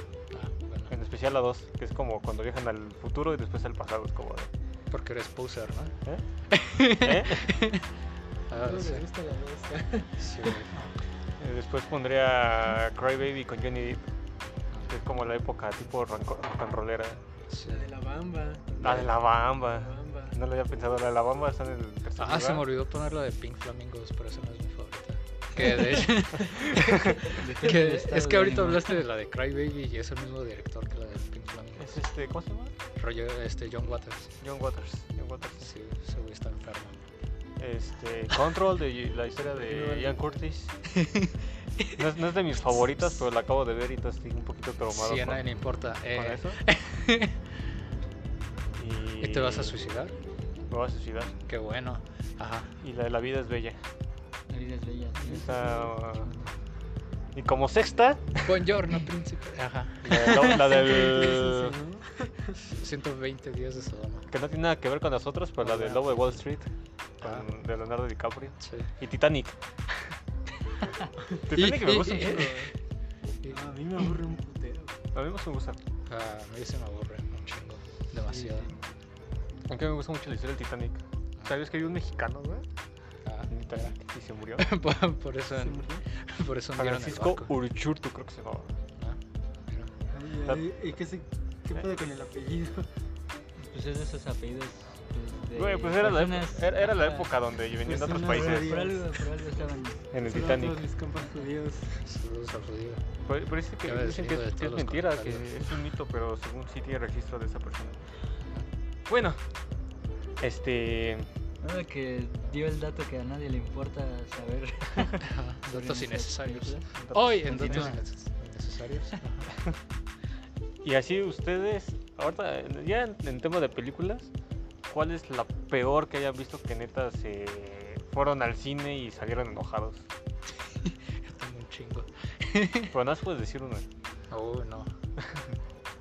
S1: bueno,
S2: En especial la 2, que es como cuando viajan al futuro y después al pasado. Es como. de,
S1: porque eres poser, ¿no?
S2: ¿Eh?
S1: [LAUGHS]
S2: ¿Eh?
S1: Ah,
S4: No les
S1: sí.
S4: gusta la dos.
S1: Sí,
S2: [LAUGHS] Eh, Después pondría Cry Baby con Johnny Depp, que es como la época tipo ranco- rock and rollera.
S1: sí.
S4: La de la bamba.
S2: La de la
S4: La
S2: Bamba.
S4: bamba.
S2: No lo había pensado, la de la Bamba está en el tercer
S1: Ah, se me
S2: lugar.
S1: olvidó poner la de Pink Flamingos, pero esa no es
S2: [LAUGHS]
S1: mi favorita. Que de hecho,
S3: Depende del
S1: que-
S3: estado
S1: es que
S3: de
S1: ahorita
S3: ánimo.
S1: hablaste de la de Cry Baby y es el mismo director que la de Pink Flamingos.
S2: Es este, ¿cómo se llama?
S1: Roger, este, John Waters.
S2: John Waters. John Waters.
S1: Sí, ese güey está enfermo.
S2: Este, Control, de la historia de Ian
S1: [LAUGHS]
S2: Curtis. No es, no es de mis favoritas, pero la acabo de ver y entonces estoy un poquito traumado
S1: Sí, a
S2: con,
S1: nadie le importa.
S2: con [LAUGHS]
S1: Eh,
S2: eso. Y,
S1: ¿Y te vas a suicidar?
S2: Me voy a suicidar.
S1: Qué bueno. Ajá.
S2: Y la de la vida es bella.
S4: La vida es bella. ¿sí?
S2: Esa, y como sexta,
S1: Buongiorno, príncipe. Ajá.
S2: la, de- la
S4: Sí,
S1: [LAUGHS]
S2: del...
S4: sí, ¿no?
S1: 120 días de Sodoma.
S2: que no tiene nada que ver con las otras, pero la del Lobo de Wall Street, con-
S1: Ah.
S2: de Leonardo DiCaprio.
S1: Sí.
S2: Y
S1: [LAUGHS]
S2: Titanic. Titanic me gusta un
S1: y-
S2: chingo.
S4: No, a mí me aburre un putero.
S2: A mí me gusta.
S1: Ah, a mí se me aburre un chingo. Demasiado.
S2: Aunque me gusta mucho la historia del Titanic. ¿Sabías que había un mexicano, güey?
S1: Ah,
S2: En el
S1: [LAUGHS]
S2: Titanic y se murió.
S1: por, por eso,
S4: ¿Se murió?
S1: por eso hundieron el
S2: Francisco
S1: barco.
S2: Urchurtu, creo que se llamaba.
S1: Ah, mira.
S4: Ay, ay, ¿y ¿Qué, se, ¿Qué pedo con el apellido?
S3: Pues es de esos apellidos. pues, de
S2: Güey, pues era la,
S3: personas-
S2: era, era la
S3: ajá,
S2: época donde venían de otros
S4: Personas
S2: países
S4: radiales.
S3: Por algo, por algo estaban.
S2: en el
S4: Solo
S2: Titanic.
S4: Todos mis compas judíos.
S1: Saludos al judío.
S2: Pero, pero es que
S1: Ya ves,
S2: dicen que
S1: hijo de
S2: es, que es
S1: todos los
S2: mentira, que
S1: contrarios.
S2: es un mito, pero según sí tiene registro de esa persona. Bueno, este.
S3: Nada que dio el dato que a nadie le importa saber. sobre
S1: Datos
S3: nuestras
S1: innecesarios.
S3: películas.
S1: Hoy en datos
S3: Continúa.
S1: inneces- [LAUGHS] innecesarios.
S2: Y así ustedes, ahorita, ya en, en tema de películas, ¿cuál es la peor que hayan visto que neta se fueron al cine y salieron enojados?
S1: Tengo un chingo.
S2: Pero nada más puedes decir uno.
S1: Oh, no.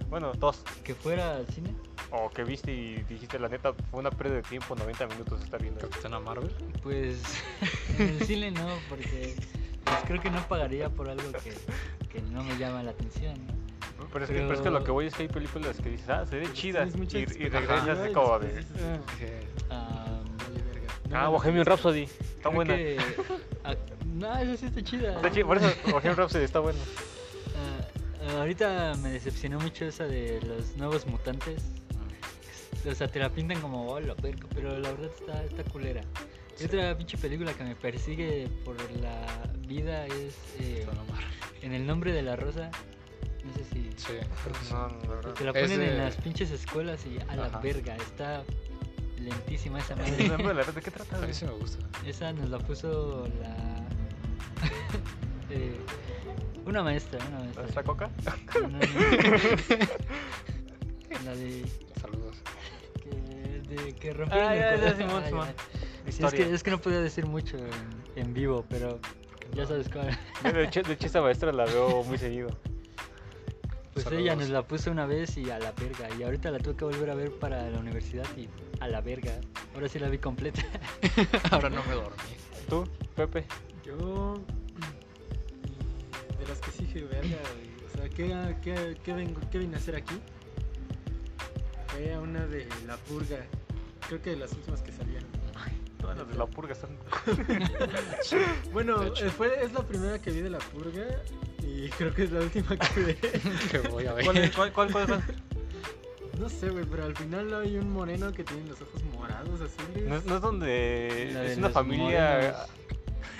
S2: Bueno, dos.
S3: Que fuera al cine.
S2: O que viste y dijiste, la neta, fue una pérdida de tiempo, 90 minutos estar viendo.
S1: Capitana Marvel.
S3: Pues [LAUGHS] en el cine no, porque pues, creo que no pagaría por algo que, que no me llama la atención. ¿no?
S2: Pero es, que, pero es que
S3: Pero-
S2: lo que voy es que hay películas que dices, ah, se ve chida.
S4: Tienes mucha
S2: Y, y
S4: expectativa
S2: regresas
S4: y
S2: de como de.
S4: después dices, "Ah,
S1: Que-
S3: Am,
S4: vale, verga". No,
S2: Ah,
S4: no,
S2: Bohemian Rhapsody. Está
S3: creo
S2: buena.
S3: que- ah, no, eso sí está chida.
S2: Está chido, Por eso Bohemian Rhapsody está bueno.
S3: Ah, ah, ahorita me decepcionó mucho esa de los nuevos mutantes. O sea, te la pintan como, "Oh, la verga", pero la verdad está, está culera. Y otra pinche película que me persigue por la vida es eh,
S1: Capitana Marvel.
S3: En el nombre de la rosa. No sé si.
S1: Sí, creo que sí.
S2: No, la verdad.
S3: Te la
S1: Es
S3: ponen en
S1: de-
S3: las pinches escuelas y a la
S1: Ajá.
S3: verga, está
S2: [LAUGHS]
S3: lentísima esa
S2: El
S3: madre.
S2: nombre de la red, ¿de qué trata?
S1: A
S2: güey?
S1: mí sí me gusta.
S3: esa nos la puso la. [LAUGHS] eh, una maestra, una maestra.
S2: ¿Nuestra coca? [LAUGHS]
S3: No, no, no. La de.
S1: Saludos.
S3: que, de que rompió
S2: Ah,
S3: el
S2: ya, ya,
S3: corazón.
S2: Simón,
S3: Ah, ya.
S2: Simón.
S3: Sí, es,
S2: Historia.
S3: que, es que no podía decir mucho en, en vivo, pero ya sabes cuál.
S2: De hecho, de hecho, esa maestra la veo muy seguido.
S3: Pues
S1: Saludos.
S3: ella nos la puso una vez y a la verga. Y ahorita la tuve que volver a ver para la universidad y a la verga. Ahora sí la vi completa.
S1: [LAUGHS] Ahora no me dormí.
S2: ¿Tú, Pepe?
S4: Yo. mm, De las que sí, dije, verga, güey, O sea, ¿qué, ah, qué, qué, vengo, ¿qué vine a hacer aquí? Fue a una de la purga. Creo que de las últimas que salieron.
S2: Todas las de la purga están.
S4: Bueno,
S1: De hecho.
S4: eh, fue, es la primera que vi de la purga. Y [LAUGHS] creo que es la última que [LAUGHS] veré.
S1: [LAUGHS] Que voy a ver.
S2: ¿Cuál, cuál, cuál, cuál es?
S4: No sé, güey, pero al final hay un moreno que tiene los ojos morados, azules.
S2: No, es- no es
S3: La
S2: donde
S3: de
S2: es una
S3: los
S2: familia.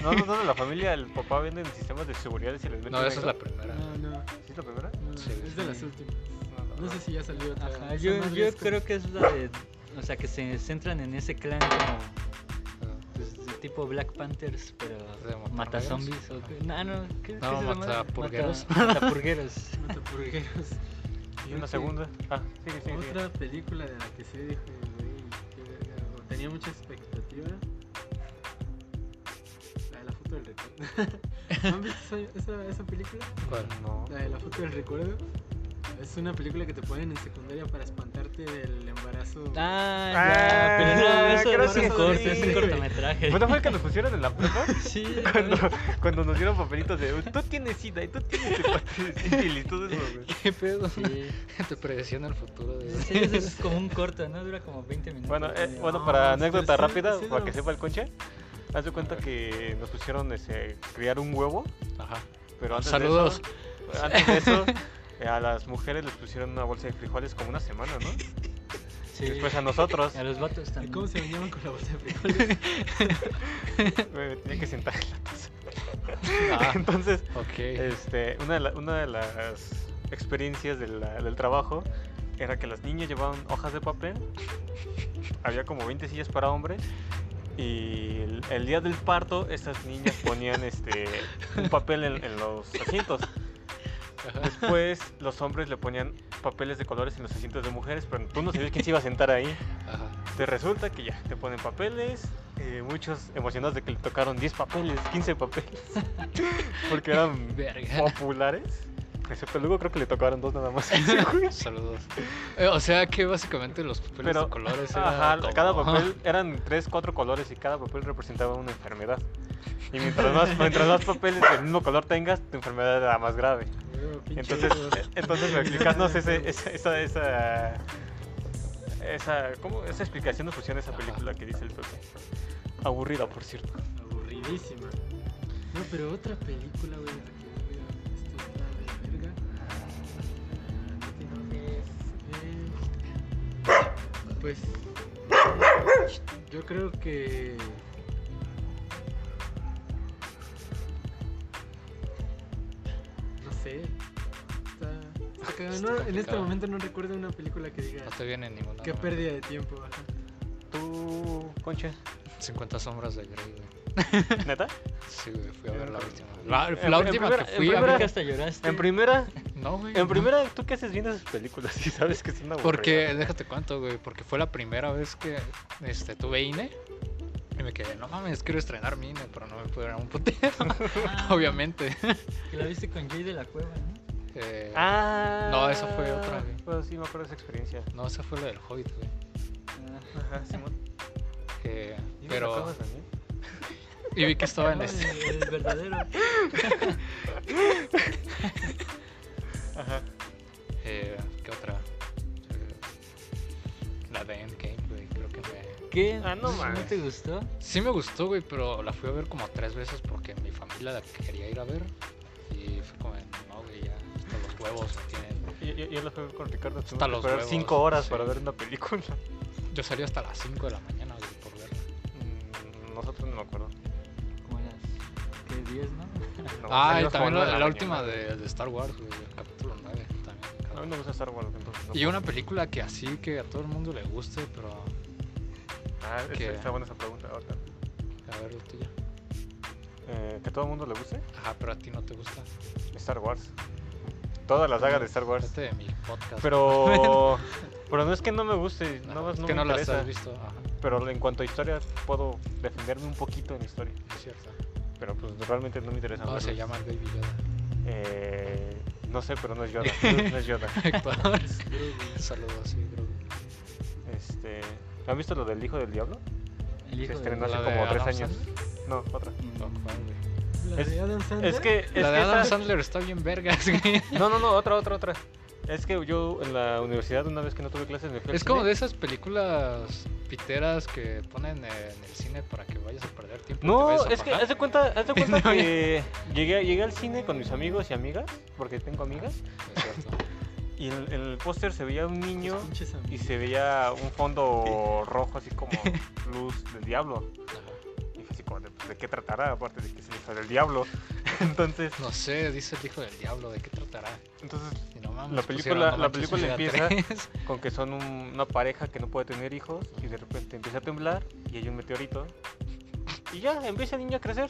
S2: No, no es donde la familia, el papá vende sistemas de seguridad y se les mete.
S1: No, esa es la
S2: negro.
S1: primera.
S4: No, no,
S2: ¿Sí es la primera?
S4: no,
S1: Sí,
S4: es de
S3: sí.
S4: las últimas.
S2: No, no,
S4: No
S2: no.
S4: sé si ya salió otra.
S3: Ajá, yo, yo creo que es la de. O sea, que se centran en ese clan como.
S2: Ah.
S3: pues, de tipo Black Panthers, pero.
S1: ¿De matar
S3: Mata
S1: negros?
S3: zombies. O, qué- no, no, ¿qué,
S1: No,
S3: qué se llama? [LAUGHS]
S1: matapurgueros.
S3: Mata- Matapurgueros. [LAUGHS]
S4: Matapurgueros.
S2: Y una segunda. Ah, sigue, sigue. sigue.
S4: Otra película de la que sí dije, güey, qué verga. o Tenía mucha expectativa. La de la foto del recuerdo. [LAUGHS] ¿No ¿Han visto esa, esa, esa película?
S2: [LAUGHS]
S1: ¿Cuál?
S2: No.
S4: La de la foto del recuerdo. Es una película que te ponen en secundaria para espantarte del embarazo.
S3: Ah,
S2: Ah,
S3: ya. Pero no, eso
S2: creo
S3: no es
S2: que
S3: un
S2: sí.
S3: corto, es un cortometraje.
S2: ¿Cuándo fue que nos pusieron en la prepa? [LAUGHS]
S3: Sí,
S2: Cuando, cuando nos dieron papelitos de tú tienes sida y tú tienes [LAUGHS] hepatitis y todo eso, güey.
S1: ¿Qué pedo? [LAUGHS]
S3: sí.
S1: Te predecían el futuro de.
S3: Sí, eso es como un corto, ¿no? Dura como 20 minutos.
S2: Bueno, eh,
S3: ¿no?
S2: bueno
S4: No,
S2: para
S4: pues,
S2: anécdota
S4: sí,
S2: rápida,
S4: sí,
S2: para
S4: no.
S2: que sepa el concha, haz de cuenta que nos pusieron ese, criar un huevo,
S1: Ajá.
S2: pero antes
S1: Saludos.
S2: de eso, antes de
S1: [LAUGHS]
S2: eso eh, a las mujeres les pusieron una bolsa de frijoles como una semana, ¿no?
S3: Sí.
S2: Y después a
S1: [LAUGHS]
S2: nosotros
S3: Y a los vatos
S4: ¿Y
S3: también.
S4: cómo se bañaban con la bolsa
S3: [LAUGHS]
S4: de frijoles?
S2: me tenía eh, que sentar en la taza.
S1: Ah,
S2: [LAUGHS] Entonces,
S1: ok.
S2: este, una, de la- una de las experiencias de la- del trabajo era que las niñas llevaban hojas de papel, había como 20 sillas para hombres Y el, el día del parto, estas niñas ponían este, un papel en, en los asientos. Después, los hombres le ponían papeles de colores en los asientos de mujeres, pero tú no sabías quién se iba a sentar ahí.
S1: Ajá.
S2: Te resulta que ya, te ponen papeles. eh, muchos emocionados de que le tocaron 10 papeles, 15 papeles. [LAUGHS] Porque eran Oh.
S1: Verga.
S2: populares. Excepto luego creo que le tocaron dos nada [LAUGHS] más. a ese güey.
S1: Saludos. Eh, o sea que básicamente los papeles
S2: Pero,
S1: de colores era
S2: Ajá,
S1: como- [LAUGHS]
S2: cada papel eran tres, cuatro colores y cada papel representaba una enfermedad. Y mientras más, mientras más papeles del mismo color tengas, tu enfermedad era más grave.
S4: Huevo, pinche
S2: Entonces,
S4: huevo.
S2: eh, entonces explicarnos ese, esa, esa, esa, esa, ¿cómo? esa explicación nos funciona esa
S1: Ajá.
S2: película que dice el Pepe. Aburrida, por cierto.
S4: Aburridísima. No, pero otra película, güey, de la que yo digo, esto está de verga. No te enojes, eh. Pues. Yo creo que. No sé. Está. está cagado.
S1: Está
S4: No, en este
S1: complicado.
S4: momento no recuerdo una película que diga.
S1: No te viene ninguna.
S4: Qué
S1: güey.
S4: pérdida de tiempo, ajá.
S2: ¿Tú, Concha?
S1: 50 sombras de Grey, güey.
S2: ¿Neta?
S1: Sí, güey, fui a
S2: En
S1: ver la
S2: prim-
S1: última. La,
S2: en-
S1: la
S2: en
S1: última
S2: primera-
S1: que
S2: en
S1: fui a
S2: primera-
S3: ¿Nunca
S1: ver.
S3: hasta lloraste?
S2: En primera,
S1: No, güey.
S2: en
S1: no.
S2: primera, ¿tú qué haces viendo esas películas? [LAUGHS] Si sabes que son aburridas.
S1: Porque, déjate cuánto, güey, porque fue la primera vez que este, tuve INE y me quedé, no mames, quiero estrenar mi INE, pero no me pude dar un
S2: [LAUGHS]
S1: putero, [LAUGHS]
S3: Ah,
S1: obviamente.
S3: Que la viste con Jay de la cueva, ¿no?
S1: Eh,
S2: Ah.
S1: No, esa fue otra, güey.
S2: Pues sí, me acuerdo de esa experiencia.
S1: No, esa fue la del Hobbit, güey.
S2: Ajá, Simón.
S1: Eh,
S2: ¿Y las
S1: pero,
S2: acabas también?
S1: y vi que estaba en
S3: No,
S1: este.
S3: Ah,
S2: [LAUGHS]
S3: el, el verdadero.
S2: Ajá.
S1: Eh, ¿Qué otra? Eh, La de Endgame, güey, creo que me...
S3: ¿Qué?
S2: Ah, no mames.
S3: te gustó?
S1: Sí me gustó, güey, pero la fui a ver como tres veces porque mi familia la quería ir a ver y fue como, de, no, güey, ya, hasta los huevos me tienen...
S2: Yo, yo, yo la fui con Ricardo. tuvimos
S1: Hasta
S2: que
S1: los
S2: esperar
S1: huevos,
S2: 5 horas
S1: sí.
S2: para ver una película.
S1: Yo salí hasta las 5 de la mañana, güey, por verla.
S2: Mm, Nosotros no me
S1: [LAUGHS]
S2: acuerdo.
S3: Como las. ¿Qué? 10, ¿no?
S2: No,
S1: Ah, y
S2: salimos
S1: también
S2: como a
S1: la,
S2: nueve de
S1: la última
S2: mañana.
S1: de, de Star Wars, güey, el capítulo 9 también.
S2: A mí
S1: cabrón.
S2: no me gusta Star Wars, entonces. Ah, No.
S1: Y una película que así, que a todo el mundo le guste, pero
S2: Ah, es-
S1: que-
S2: está buena esa pregunta. Ahorita.
S1: a ver, la tuya.
S2: Eh, ¿Que a todo el mundo le guste?
S1: Ajá, pero a ti no te gusta.
S2: Star Wars. Toda la saga de Star Wars.
S1: Este de mi podcast. [LAUGHS]
S2: Pero. Pero no es que no me guste,
S1: Ajá,
S2: nada más
S1: es
S2: no
S1: que
S2: me
S1: no las
S2: interesa.
S1: has visto. Ajá,
S2: Pero en cuanto a historia, puedo defenderme un poquito en historia.
S1: es cierto.
S2: Pero pues realmente no me interesa.
S1: No,
S2: verlo.
S1: se llama el Baby
S2: [LAUGHS]
S1: Yoda. [LAUGHS]
S2: Eh, no sé, pero no es Yoda. No es Yoda.
S1: Héctor. Saludos, sí, creo.
S2: Este, ¿Han visto lo del Hijo del Diablo?
S3: El hijo
S2: Se
S3: de-
S2: estrenó hace
S1: ¿La de
S2: como tres
S1: Adam
S2: años. No, otra.
S3: Mm,
S1: No, ¿cuál, güey?
S4: La
S2: Es-
S4: de Adam Sandler.
S2: Es que. Es que
S1: La de Adam
S2: esa-
S1: Sandler está bien vergas, güey.
S2: No, no, no, otra, otra, otra. Es que yo en la universidad, una vez que no tuve clases, me fui al
S1: Es como
S2: cine.
S1: de esas películas piteras que ponen en el cine para que vayas a perder tiempo. y te
S2: No,
S1: vayas a
S2: es que
S1: pagar.
S2: haz de cuenta, haz de
S1: [LAUGHS]
S2: cuenta que llegué, llegué al cine con mis amigos y amigas, porque tengo amigas,
S1: Es cierto.
S2: y en, en el póster se veía un niño
S4: Los pinches
S2: y
S4: amigos.
S2: se veía un fondo rojo, así
S1: [LAUGHS]
S2: como luz del diablo.
S1: Ajá.
S2: Y fue así como, de, pues, ¿de qué tratará? Aparte de que es el hijo del
S1: [LAUGHS]
S2: diablo. Entonces,
S1: No sé, dice el hijo del diablo, ¿de qué tratará?
S2: entonces
S1: Y no mames, pues,
S2: La película- la
S1: no manches,
S2: película
S1: Suicida
S2: empieza-
S1: 3.
S2: con que son un- una pareja que no puede tener hijos y de repente empieza a temblar y hay un meteorito y ya empieza el niño a crecer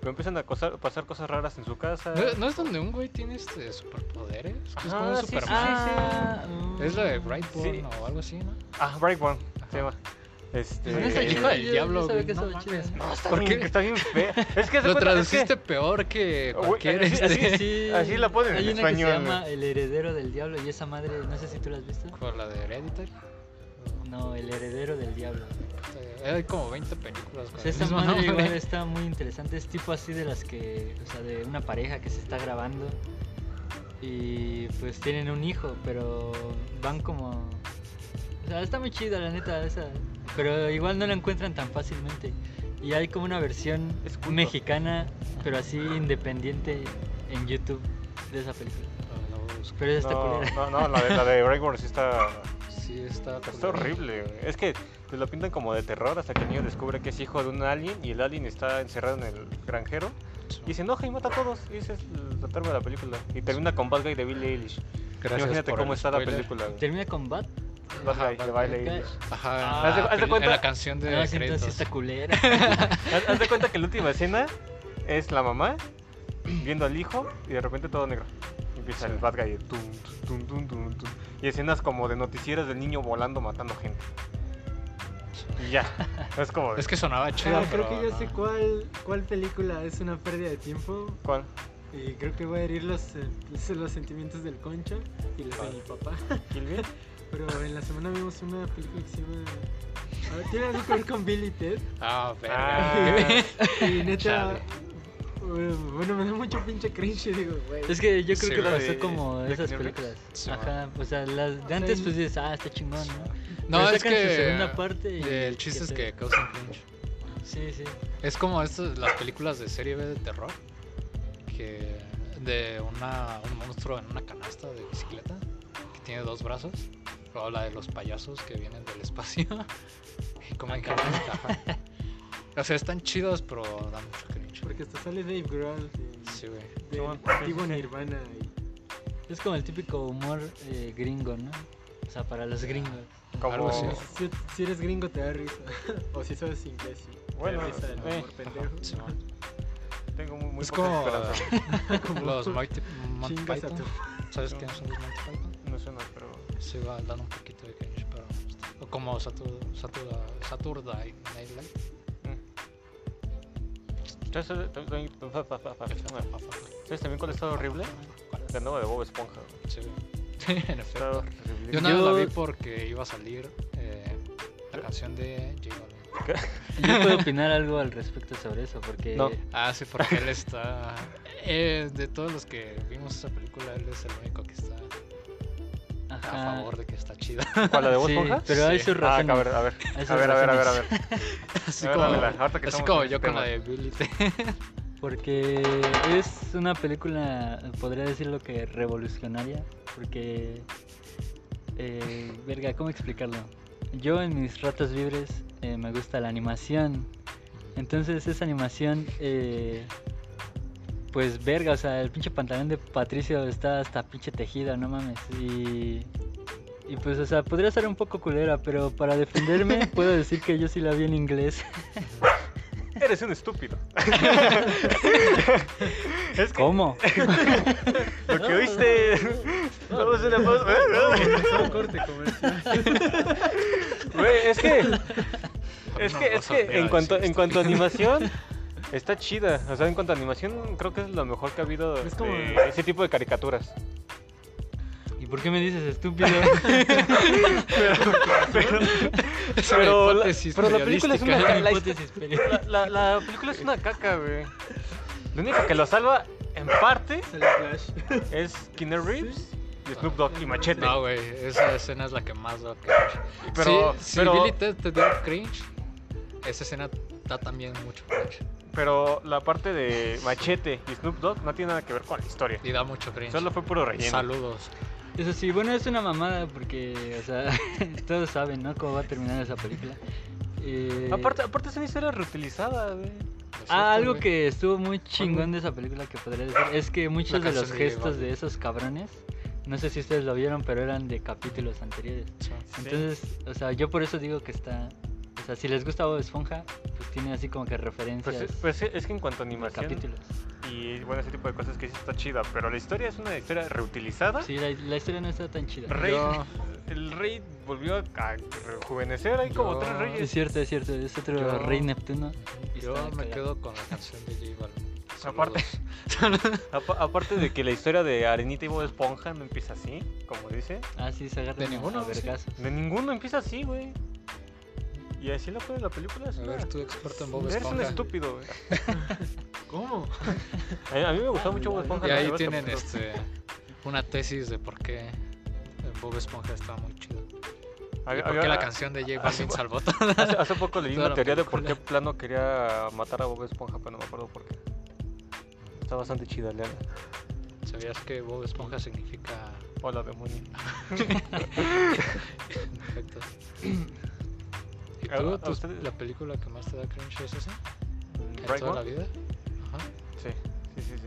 S2: pero empiezan a cosa- pasar cosas raras en su casa
S1: [LAUGHS] ¿No, no es donde un güey tiene este superpoderes? Que es como
S2: Ajá,
S1: un
S2: sí, sí,
S1: Superman.
S3: Ah, mm.
S1: Es la de Brightborn
S2: Sí.
S1: o algo así, ¿no?
S2: ah Brightborn
S1: Ajá.
S2: se llama este
S3: No,
S1: Eh,
S3: esa
S1: el
S3: chida,
S1: hijo del
S3: yo- yo
S1: diablo,
S3: sabía
S1: güey,
S3: que
S1: no
S3: estaba chida.
S1: mames.
S2: no, está
S1: ¿Por
S2: bien,
S1: qué?
S2: está bien feo es que se
S1: Lo
S2: cuenta- es que-
S1: traduciste peor que
S2: Güey,
S1: cualquier
S2: así- así-
S1: este...
S3: Sí,
S2: Así la ponen en
S3: Hay una que
S2: español,
S3: se llama El heredero del diablo y esa madre, no sé si tú la has visto.
S1: ¿Con la de Hereditary?
S3: No, El heredero del diablo.
S1: Eh, Hay como 20 películas con
S3: Pues
S1: el
S3: esa
S1: mismo
S3: madre
S1: nombre.
S3: igual está muy interesante, es tipo así de las que, o sea, de una pareja que se está grabando y pues tienen un hijo, pero van como... O sea, está muy chida la neta esa, pero igual no la encuentran tan fácilmente. Y hay como una versión
S2: Es culto.
S3: mexicana, pero así independiente en YouTube de esa película.
S1: [LAUGHS] No, no voy a buscar.
S3: Pero esa está
S2: no,
S3: culera. [LAUGHS]
S2: no, no, la de, la de Brightborn sí está,
S1: Sí, está...
S2: Pues está horrible. güey. Es que te lo pintan como de terror hasta que el niño descubre que es hijo de un alien y el alien está encerrado en el granjero
S1: Sí.
S2: Y se enoja y mata a todos. Y ese es el trama de la película. Y termina con Bad Guy de Billie Eilish.
S1: Gracias
S2: Imagínate
S1: por
S2: cómo
S1: el
S2: está
S1: spoiler.
S2: la película. güey.
S3: Termina con Bat.
S2: Bad
S1: Ajá,
S2: Guy,
S1: Bad
S2: de Baile
S1: Guy.
S2: Iris.
S1: Ajá,
S2: Haz de-
S1: en, la
S2: haz de
S1: peli-
S2: cuenta-
S1: en la canción de
S3: No, Ah, sí, entonces
S1: créditos.
S3: sí está culera.
S2: Haz, haz de cuenta que la
S1: [LAUGHS]
S2: última escena es la mamá viendo al hijo y de repente todo negro. Empieza el Bad Guy. tum, tum, tum, tum, tum. Y escenas como de noticieras del niño volando matando gente. Y ya. Es como. de,
S1: Es que sonaba chida,
S4: Ah, creo
S1: pero
S4: que yo sé
S1: no.
S4: cuál, cuál película es una pérdida de tiempo.
S2: ¿Cuál?
S4: Y creo que voy a herir los, eh, los sentimientos del concha y los de mi papá. [LAUGHS]
S2: ¿Kill Bill?
S4: Pero en la semana vimos una película que se llama. A ver, Tiene algo que ver con Billy Ted.
S1: Ah, verga.
S2: Ah, [LAUGHS]
S4: Y neta.
S1: Chale.
S4: eh, Bueno, me da mucho pinche cringe. Digo, güey.
S3: Es que yo creo
S1: Sí,
S3: que
S1: la
S3: pasó
S2: de
S3: como
S2: Black
S3: esas
S2: Mirror.
S3: películas.
S1: Sí,
S3: Ajá, o sea, las de antes
S4: Sí.
S3: pues dices, ah, está chingón, ¿no?
S1: No,
S3: Pero
S1: es
S3: sacan su
S1: que
S3: segunda parte y-
S1: el chiste
S3: qué
S1: es
S3: pedo.
S1: que causan cringe.
S3: Sí, sí.
S1: Es como estas, las películas de serie B de terror, que de una, un monstruo en una canasta de bicicleta que tiene dos brazos, o la de los payasos que vienen del espacio [LAUGHS] y comen carne. ajá. O sea, están chidas, pero dan mucho cringe.
S4: Porque hasta sale Dave Grohl de,
S1: Sí, güey.
S4: del
S2: Simón, sí,
S4: antiguo
S2: sí, sí.
S4: Nirvana. y-
S3: Es como el típico humor eh, gringo, ¿no? O sea, para
S1: [LAUGHS]
S3: los gringos.
S2: como.
S1: Algo así.
S4: Si, si eres gringo, te da risa. [LAUGHS] o si sabes inglés, sí.
S2: Bueno,
S4: te da risa del
S2: eh,
S4: humor pendejo.
S1: Ajá, Simón.
S2: Tengo muy, muy
S1: Es
S2: poca
S1: como
S2: esperanza.
S4: Como-
S1: los Monty, Monty
S4: Chingas a
S1: Python. ¿Sabes quiénes son los Monty Python?
S2: No suena, pero.
S1: Sí, va, dan un poquito de cringe, pero. O como Satur, Satura, Saturday Night Live.
S2: ¿Sabes también ¿Sabes también cuál está horrible? La nueva de Bob Esponja. güey.
S1: Sí, en
S2: Está
S1: efecto.
S2: horrible.
S1: Yo nada más
S3: Yo-
S1: la vi porque iba a salir eh, la canción de J Balvin.
S3: Yo puedo opinar algo al respecto sobre eso, porque
S2: No.
S1: Ah, sí, porque él está. eh, de todos los que vimos esa película, él es el único que está
S3: Ajá,
S1: a favor de que está chida.
S2: ¿Cuál, la de Bob
S3: sí,
S2: Esponja?
S3: pero hay
S1: Sí.
S3: sus
S2: Ah,
S3: razones.
S2: a ver, a ver.
S3: Hay sus
S2: A ver, a ver, a ver, a
S3: razones.
S2: ver.
S1: Así
S2: A ver,
S1: como,
S2: dámela, ahorita que
S1: así
S2: estamos
S1: como
S2: en el
S1: yo con
S2: tema.
S1: la de Billy T.
S3: Porque es una película, podría decirlo que revolucionaria, porque... eh, verga, ¿cómo explicarlo? Yo en mis ratos libres eh, me gusta la animación. Entonces esa animación, eh, pues verga, o sea, el pinche pantalón de Patricio está hasta pinche tejido, no mames. Y, y pues, o sea, podría ser un poco culera, pero
S2: [LAUGHS]
S3: para defenderme puedo decir que yo sí la vi en inglés.
S2: [LAUGHS] Eres un estúpido. es que
S3: ¿Cómo?
S2: lo que oíste. Vamos a una pausa.
S4: Pasó un corte comercial.
S2: [LAUGHS] Güey, es que. Es que, es que en cuanto, en [LAUGHS] cuanto a animación. Está chida, o sea, en cuanto a animación creo que es lo mejor que ha habido
S4: Es como-
S2: de ese tipo de caricaturas.
S3: ¿Y por qué me
S2: [LAUGHS]
S3: dices estúpido?
S2: Pero,
S1: Es
S2: [LAUGHS]
S1: una
S2: pero, la,
S1: hipótesis
S2: pero la película es una [LAUGHS]
S1: periodística.
S2: ca- la,
S3: Hipótesis periodística.
S2: la- la- la película es una caca, güey. Lo único que lo salva en parte
S4: [LAUGHS] Sale Flash.
S2: es Keanu Reeves y Snoop Dogg y Machete.
S1: No, güey, esa escena es la que más da cringe.
S2: pero,
S1: si,
S2: pero,
S1: si Billy Ted te da cringe, esa escena da también mucho cringe.
S2: pero la parte de Machete y Snoop Dogg no tiene nada que ver con la historia.
S1: Y da mucho cringe.
S2: Solo fue puro relleno.
S1: Saludos.
S3: [LAUGHS] Eso sí, bueno, es una mamada porque, o sea, [LAUGHS] todos saben, ¿no? Cómo va a terminar esa película. Eh,
S2: Aparte, aparte es una historia reutilizada, güey.
S1: Lo siento,
S3: Ah, algo
S1: güey.
S3: que estuvo muy chingón de esa película que podría decir es que muchos de
S1: canción
S3: los
S1: de
S3: gestos
S1: Balvin.
S3: de esos cabrones, no sé si ustedes lo vieron, pero eran de capítulos anteriores.
S1: Sí.
S3: Entonces, o sea, yo por eso digo que está, o sea, si les gusta Bob Esponja, pues tiene así como que referencias
S2: Pues, es- pues es que en cuanto a
S3: de
S2: animación
S3: capítulos.
S2: y bueno, ese tipo de cosas que sí está chida, pero la historia es una historia reutilizada.
S3: Sí, la, la historia no está tan chida.
S2: Rey,
S1: Yo-
S2: el rey volvió a, a rejuvenecer, hay como
S1: Yo-
S2: tres
S3: Es
S2: reyes.
S3: cierto, es cierto, es otro
S1: Yo-
S3: Rey Neptuno. Y
S1: Yo
S3: está
S1: me
S3: cagado.
S1: quedo con la canción de J Balvin.
S2: Aparte.
S1: Saludos.
S2: Apa- aparte de que la historia de Arenita y Bob Esponja no empieza así, como dice.
S3: Ah, sí, se agarran
S1: De
S3: a-
S1: ninguno,
S3: a
S1: sí.
S3: vergazos.
S2: De ninguno empieza así, güey. Y así lo fue la película. Es
S1: A
S2: una-
S1: ver, tú experto en Bob
S2: Eres un
S1: Esponja.
S2: estúpido,
S1: [LAUGHS]
S2: güey.
S4: ¿Cómo?
S2: A a mí me gustó mucho Bob Esponja.
S1: Y
S2: la
S1: ahí
S2: verdad,
S1: tienen
S2: pero-
S1: este, una tesis de por qué Bob Esponja está muy chido.
S2: Había-
S1: Porque
S2: había- Ah,
S1: la canción de J Balvin
S2: hace-
S1: salvó todo.
S2: Hace, hace poco leí
S1: Toda
S2: una
S1: la
S2: teoría de por qué
S1: película.
S2: Plano quería matar a Bob Esponja, pero no me acuerdo por qué. Está bastante chida, lean.
S1: ¿Sabías que Bob Esponja significa
S2: Hola, demonio. [CLEARS THROAT]
S1: perfecto? ¿Y
S2: Ah,
S1: tú,
S2: ah,
S1: tus-
S2: ustedes-
S1: la película que más te da cringe es esa? ¿En
S2: Right
S1: toda la
S2: One?
S1: vida? Ajá.
S2: Sí, sí, sí. sí.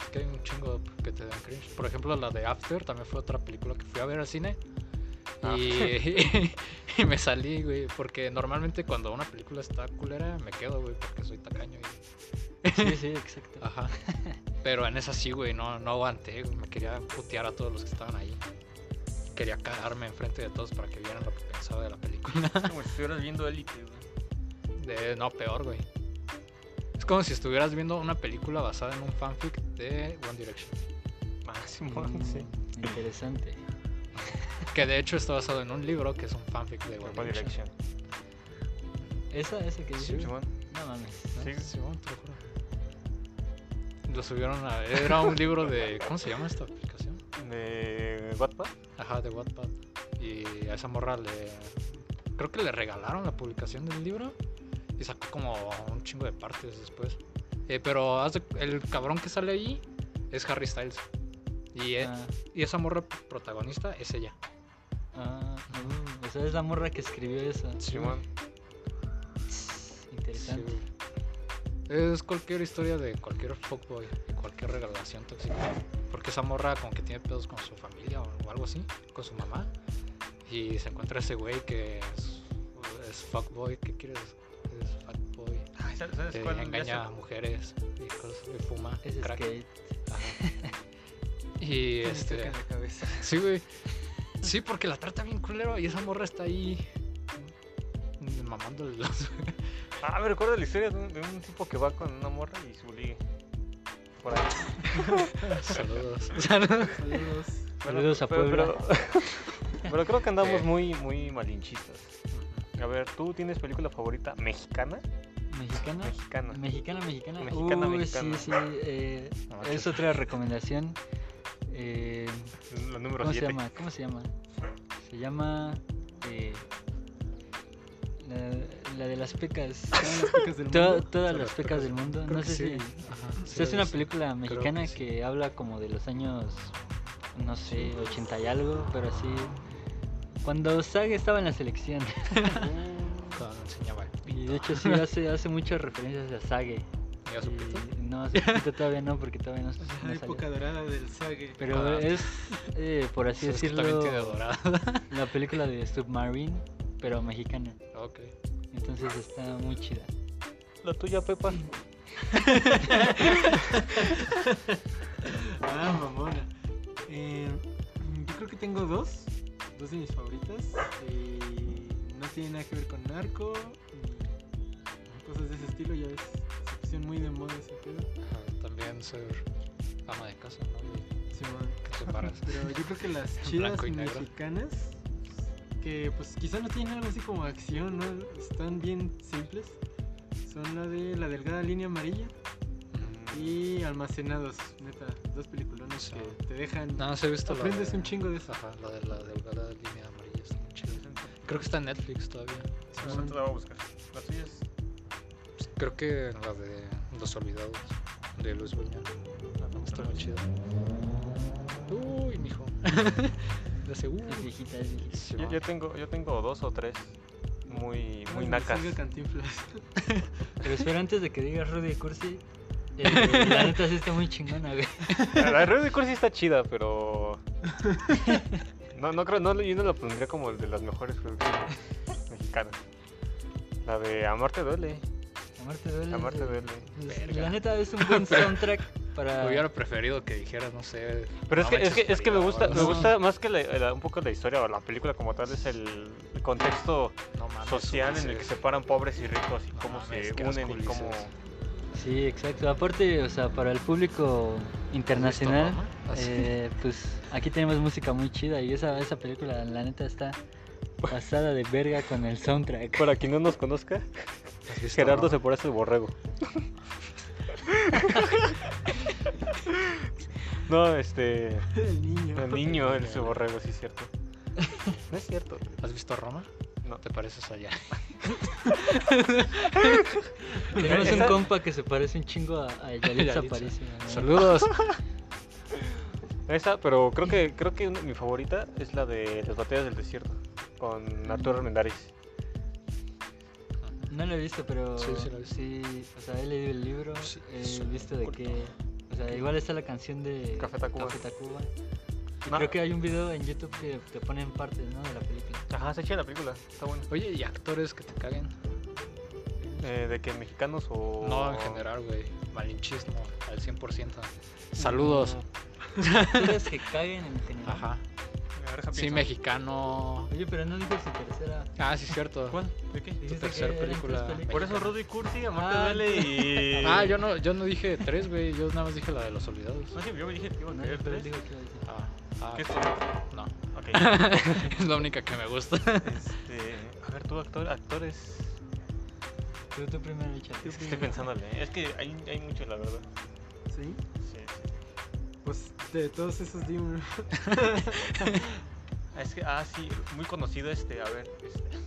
S1: Es que hay un chingo que te dan cringe. Por ejemplo, la de After también fue otra película que fui a ver al cine.
S2: Ah.
S1: Y,
S2: [LAUGHS]
S1: [LAUGHS] y me salí, güey, porque normalmente cuando una película está culera me quedo, güey, porque soy tacaño. y-
S3: Sí, sí, exacto.
S1: Ajá. Pero en esa sí, güey, no, no aguanté, güey, me quería putear a todos los que estaban ahí. Quería cagarme enfrente de todos para que vieran lo que pensaba de la película. [LAUGHS]
S2: Como si estuvieras viendo Elite, güey.
S1: De- no, peor, güey. Es como si estuvieras viendo una película basada en un fanfic de One Direction.
S2: Ah, Simón,
S3: Mm,
S2: sí.
S3: Interesante.
S1: Que de hecho está basado en un libro que es un fanfic de One,
S2: One
S1: Direction.
S2: Direction.
S3: ¿Esa, esa que
S1: Sí,
S3: dices?
S2: Simón.
S3: No mames. ¿no?
S2: Sí, sí,
S1: Sí, bueno, te lo juro. Lo subieron a... Era un libro de... ¿Cómo se llama esta aplicación?
S2: De Wattpad.
S1: Ajá, de Wattpad. Y a esa morra le... Creo que le regalaron la publicación del libro. Y sacó como un chingo de partes después. Eh, pero haz de- el cabrón que sale ahí es Harry Styles. Y, e-
S3: Ah,
S1: y esa morra protagonista es ella.
S3: ah, uh, o sea, es la morra que escribió eso.
S2: Simón.
S1: Sí,
S3: Interesante.
S1: güey. Es cualquier historia de cualquier fuckboy, de cualquier relación tóxica. Porque esa morra como que tiene pedos con su familia o algo así, con su mamá. Y se encuentra ese güey que es, es fuckboy, ¿qué quieres? Es fuckboy.
S2: Ay, ¿Sabes
S1: eh,
S2: sabes cuál
S1: engaña a
S2: hace-
S1: mujeres y cosas, y fuma,
S3: Ese es
S1: crack.
S3: Kate. [LAUGHS]
S1: Y
S4: Me
S1: este...
S4: toca la cabeza. [LAUGHS]
S1: Sí, güey. Sí, porque la trata bien culero y esa morra está ahí mm, mamándole los... [LAUGHS]
S2: Ah, me recuerda la historia de un, de un tipo que va con una morra y su ligue. Por ahí.
S1: Saludos.
S4: Saludos.
S3: Saludos a
S2: pero,
S3: Puebla.
S2: pero- [LAUGHS] pero creo que andamos
S1: Eh.
S2: muy, muy malinchistas. A ver, ¿tú tienes película favorita mexicana?
S3: ¿Mexicana?
S2: Mexicana.
S3: Mexicana, mexicana.
S2: Mexicana,
S3: Uy,
S2: mexicana.
S3: sí, sí. eh,
S2: No
S3: es otra recomendación. Eh,
S2: La número
S3: ¿Cómo
S2: 7.
S3: se llama? ¿Cómo se llama? Se llama. eh, la, la de
S2: [LAUGHS]
S3: las pecas.
S4: Todas las picas del
S3: To-
S4: mundo.
S3: todas las pecas del mundo.
S1: Creo
S3: No
S1: que
S3: sé
S1: sí.
S3: si.
S1: Ajá, sí,
S3: Es una
S1: sí.
S3: película mexicana
S1: que
S3: que,
S1: sí.
S3: habla como de los años, no sé, 80 y algo, pero así. Cuando Sag estaba en la selección. [LAUGHS]
S1: Cuando enseñaba el pito.
S3: Y de hecho
S1: [LAUGHS]
S3: sí hace, hace muchas referencias a Sage.
S1: ¿Y a su pito?
S3: Y- No,
S1: [LAUGHS]
S3: a su pito todavía no, porque todavía no, no
S4: Es La
S3: salió.
S4: época dorada del sague.
S3: Pero
S1: Ah.
S3: es, eh, por así
S1: Es que también tiene
S3: decirlo,
S1: dorada.
S3: [LAUGHS] la película de Submarine, pero mexicana.
S1: ok.
S3: Entonces está muy chida.
S2: La tuya, Pepa.
S4: Ah, mamona. Eh, yo creo que tengo dos. Dos de mis favoritas. Y no tiene nada que ver con narco. Ni cosas de ese estilo, ya ves. Se pusieron muy de moda ese pedo.
S1: Ajá, También ser ama de casa, ¿no? Y
S4: Simón.
S1: que te paras.
S4: Pero yo creo que las chidas
S1: Blanco y negro.
S4: mexicanas. Que pues quizá no tienen algo así como acción, ¿no? Están bien simples. Son la de la delgada línea amarilla
S1: Mm.
S4: y almacenados, neta, dos peliculones
S1: Sí.
S4: que te dejan.
S1: Nada, se he visto la
S4: aprendes
S1: de-
S4: un chingo de eso.
S1: Ajá, la de la delgada línea amarilla está muy chida. Creo que está en Netflix todavía.
S2: Santo la voy a buscar. La tuya es.
S1: Pues, Creo que la de Los Olvidados, de Luis Buñuel. Está muy chida. Uy, mijo.
S3: [LAUGHS]
S1: De seguro.
S3: Es viejita, es viejita.
S1: Sí,
S2: Yo,
S1: va.
S2: yo tengo, yo tengo dos o tres muy,
S4: Ay,
S2: muy
S4: me
S2: nacas.
S4: salga Cantinflas.
S3: Pero espera, antes de que digas Rudy Cursi, eh, la neta sí está muy chingona, güey.
S2: [LAUGHS] La red de Cursi está chida, pero. No, no creo, no, yo no la pondría como de las mejores producciones mexicanas. La de Amarte duele.
S3: Amarte duele.
S2: Amarte
S3: es-
S2: duele.
S3: es-
S1: Verga.
S3: La neta es un buen soundtrack
S1: [LAUGHS]
S3: para.
S1: Hubiera preferido que dijeras, no sé.
S2: Pero es
S1: no
S2: que,
S1: manches
S2: es que, es que me
S1: Frida o
S2: gusta,
S1: algo
S2: me
S3: No.
S1: así.
S2: gusta más que la- la- un poco la historia o la película como tal es el, el contexto
S1: No mames,
S2: social en el que
S1: Ulises.
S2: se paran pobres y ricos y
S1: No
S2: cómo
S1: mames,
S2: se
S1: qué asco,
S2: unen y cómo...
S1: Ulises.
S3: Sí, exacto. Aparte, o sea, para el público internacional,
S1: Mamá? Así.
S3: eh, pues aquí tenemos música muy chida y esa, esa película, la neta, está pasada de verga con el soundtrack.
S2: Para quien no nos conozca,
S1: ¿Has visto
S2: Gerardo
S1: Mamá?
S2: se parece al [LAUGHS] borrego. no, este...
S4: [LAUGHS] El niño.
S2: El niño es su borrego, sí es cierto. [LAUGHS] No es cierto.
S1: ¿Has visto Roma?
S2: No.
S1: ¿Te pareces allá?
S3: Tenemos un
S2: Esa-
S3: compa que se parece un
S1: [LAUGHS]
S3: chingo a, a Yalitza
S1: Yalitza.
S3: Aparicio. ¿no?
S1: Saludos.
S2: Esa, pero creo que creo que una- mi favorita es la de las batallas del desierto con Arturo Armendáriz.
S3: No lo he visto, pero
S1: Sí, sí lo he visto.
S3: sí, o sea, he leído el libro,
S1: Sí,
S3: he
S1: es un
S3: visto de
S1: culto.
S3: que, o sea, igual está la canción de
S2: Café Tacuba.
S3: Tacuba, Y
S2: No.
S3: Creo que hay un video en YouTube que te ponen partes, ¿no? De la película.
S2: Ajá, se echa la película, está bueno.
S1: Oye, ¿y actores que te caguen?
S2: Eh, ¿De que mexicanos o.?
S1: No, en general, güey. Malinchismo al 100%. Saludos.
S3: Actores que caguen en general.
S1: Mm. Ajá.
S2: A ver, deja
S1: Sí,
S2: pienso.
S1: mexicano.
S3: Oye, pero no dices su tercera.
S1: Ah, sí, cierto.
S2: ¿Cuál? ¿De qué?
S3: Dijiste
S1: tercer
S3: que eran tres
S1: película
S3: películas.
S2: Por eso Rudy Cursi, Amor te
S3: Ah.
S2: duele y.
S1: Ah, yo no, yo no dije tres, güey. Yo nada más dije la de los olvidados.
S2: No, sí, yo me dije que iba a
S3: No,
S2: caer
S3: pero él
S2: tres.
S3: dijo que iba a decir.
S1: Ah, ah,
S2: Ah. ¿Qué es
S1: no. [LAUGHS]
S2: [LAUGHS] Ok.
S1: es la única que me gusta.
S2: Este, a ver, tú, actor, actores.
S3: Tú, tú primero, échale.
S2: Es que estoy pensándole. ¿eh? Es que hay, hay mucho, la verdad.
S1: Ah.
S4: Sí,
S2: Sí, sí.
S4: pues de todos esos di uno.
S2: Ah, Es que, ah, sí, muy conocido este. A ver, [LAUGHS] este.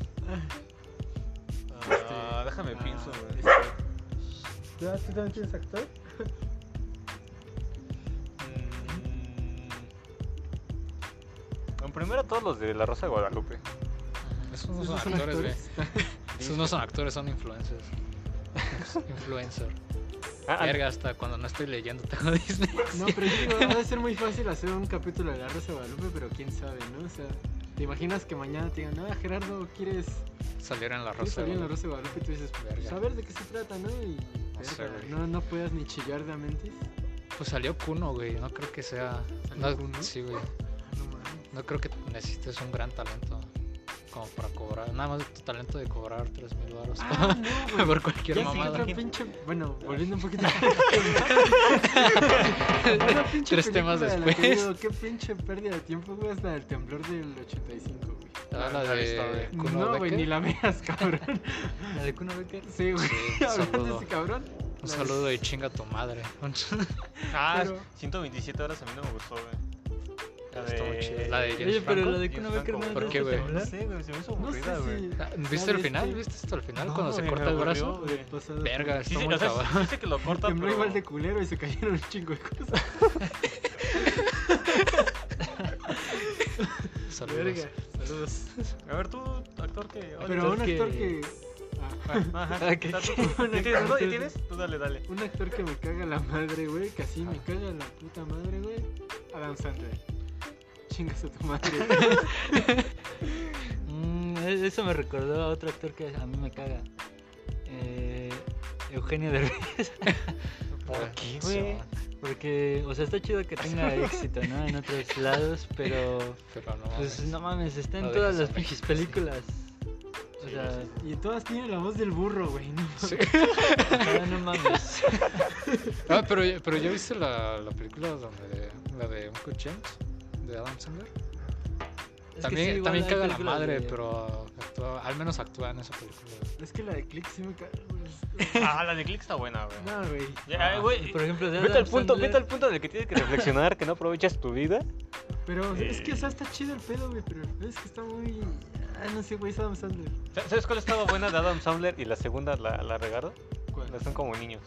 S2: Ah, déjame
S4: Ah,
S2: pienso, güey.
S4: este. ¿Tú tú también tienes actor?
S2: Mm. En primero todos los de La Rosa de Guadalupe.
S1: Esos no
S4: Esos
S1: son
S4: son
S1: actores, güey.
S4: actores.
S1: Esos no son actores, son influencers. Influencer.
S2: Ah, ah,
S1: Verga, hasta cuando no estoy leyendo tengo [LAUGHS] Disney.
S4: No, pero yo digo, debe ser muy fácil hacer un capítulo de la Rosa de Guadalupe, pero quién sabe, ¿no? O sea, ¿te imaginas que mañana te digan, ah, Gerardo, ¿quieres,
S1: Salieron en la
S4: quieres
S1: rosa.
S4: salir en la
S1: güey.
S4: Rosa de Guadalupe? Y tú dices,
S1: Verga.
S4: pues, a ver de qué se trata, ¿no? Y
S1: No sé,
S4: verga,
S1: güey.
S4: no, no puedas ni chillar de mentes.
S1: Pues salió Kuno, güey. No creo que sea.
S4: ¿Salió
S1: No,
S4: Kuno?
S1: sí, güey.
S4: Ah, no mames.
S1: No creo que necesites un gran talento como para cobrar. Nada más tu talento de cobrar 3 mil baros
S4: [LAUGHS]
S1: [LAUGHS]
S4: Ah, no, güey.
S1: por cualquier
S4: Ya sé
S1: mamada.
S4: otra pinche. Bueno, volviendo un [LAUGHS] poquito. Una pinche
S1: Tres temas
S4: película de la que
S1: después.
S4: digo, Qué pinche pérdida de tiempo, güey. Es la del temblor del 85, güey.
S1: Ah, la
S2: No,
S1: de Kuno
S4: No, güey,
S1: Becker.
S4: ni la veas, cabrón.
S3: [LAUGHS]
S4: [LAUGHS]
S3: ¿La de Kuno Becker?
S4: Sí, güey. [LAUGHS]
S1: Sí, un
S4: Hablando de
S1: saludo.
S4: ese cabrón.
S1: Un saludo y chinga tu madre. [LAUGHS]
S2: ah,
S4: pero-
S2: 127 horas a mí no me gustó, güey. La
S1: Está muy chida. La de
S3: Oye,
S1: James
S3: pero la
S1: Franco.
S3: de
S2: James
S3: Kuno Becker no
S2: Franco.
S3: es
S1: ¿Por
S3: de
S1: qué,
S3: este
S1: güey?
S2: No
S3: celular.
S2: sé, güey, se me hizo
S4: No
S2: aburrida, güey.
S4: sé si.
S1: Ah,
S4: ¿La
S1: ¿Viste el final?
S4: viste?
S1: ¿Viste hasta el final
S2: No,
S1: cuando se
S2: güey,
S1: corta
S2: me
S1: el brazo?
S2: aburrió, güey.
S4: Pasado.
S1: Verga,
S2: Sí,
S1: está
S2: sí,
S1: muy
S2: o [LAUGHS] sea,
S1: cabrón.
S2: sí sé que lo corta,
S4: Tembló
S2: pero...
S4: igual de culero y se cayeron un chingo de cosas.
S1: Saludos.
S4: Verga. Saludos.
S2: A ver, tú, actor que... Oye,
S4: Pero un
S1: entonces
S4: actor
S1: que-
S4: que. ah,
S2: Ajá,
S3: Ok.
S2: está tú. ¿Ya tienes? ¿No? ¿Ya tienes? Tú dale, dale.
S4: Un actor que me caga la madre, güey, que así me caga la puta madre, güey. Adam Sandler. Chingas a
S1: [LAUGHS]
S4: tu madre.
S3: Mm, e- eso me recordó a otro actor que a mí me caga. Eh, Eugenio Derbez.
S1: ¿Por qué,
S2: güey?
S3: Porque, o sea, está chido
S2: [LAUGHS]
S3: que tenga éxito, ¿no? En otros lados, pero.
S1: Pero no.
S3: Pues
S1: mames.
S3: no mames, está en
S1: No
S3: todas
S1: dejes
S3: las
S1: a
S3: pinches
S1: México,
S3: películas. O sea,
S4: y todas tienen la voz del burro, güey. No,
S3: [LAUGHS]
S1: Sí.
S3: ah,
S2: [LAUGHS]
S3: no mames.
S1: Ah, pero, pero ya viste la, la película donde la de Uncle James de Adam Sandler.
S3: Es que
S1: también
S3: sí, igual
S1: también
S3: hay
S1: caga la
S3: películas
S1: madre,
S3: de-
S1: pero actúa- al menos actúa en esa película. güey.
S4: es que la de Click sí me caga, güey.
S1: [LAUGHS]
S2: Ah, la de Click está buena, güey.
S4: No, güey.
S2: Ya, eh,
S1: Ah,
S2: güey.
S3: Por ejemplo, de
S2: Vete
S3: Adam
S2: al punto,
S3: Sandler,
S2: vete al punto en el que tienes que reflexionar, que no aprovechas tu vida.
S4: Pero
S2: Eh.
S4: es que, o sea, está chido el pedo, güey, pero es que está muy. Ah, no sé, güey, es Adam Sandler.
S2: Sa- ¿Sabes cuál estaba buena de Adam Sandler y la segunda la, la regarda?
S4: ¿Cuál?
S2: La son como niños.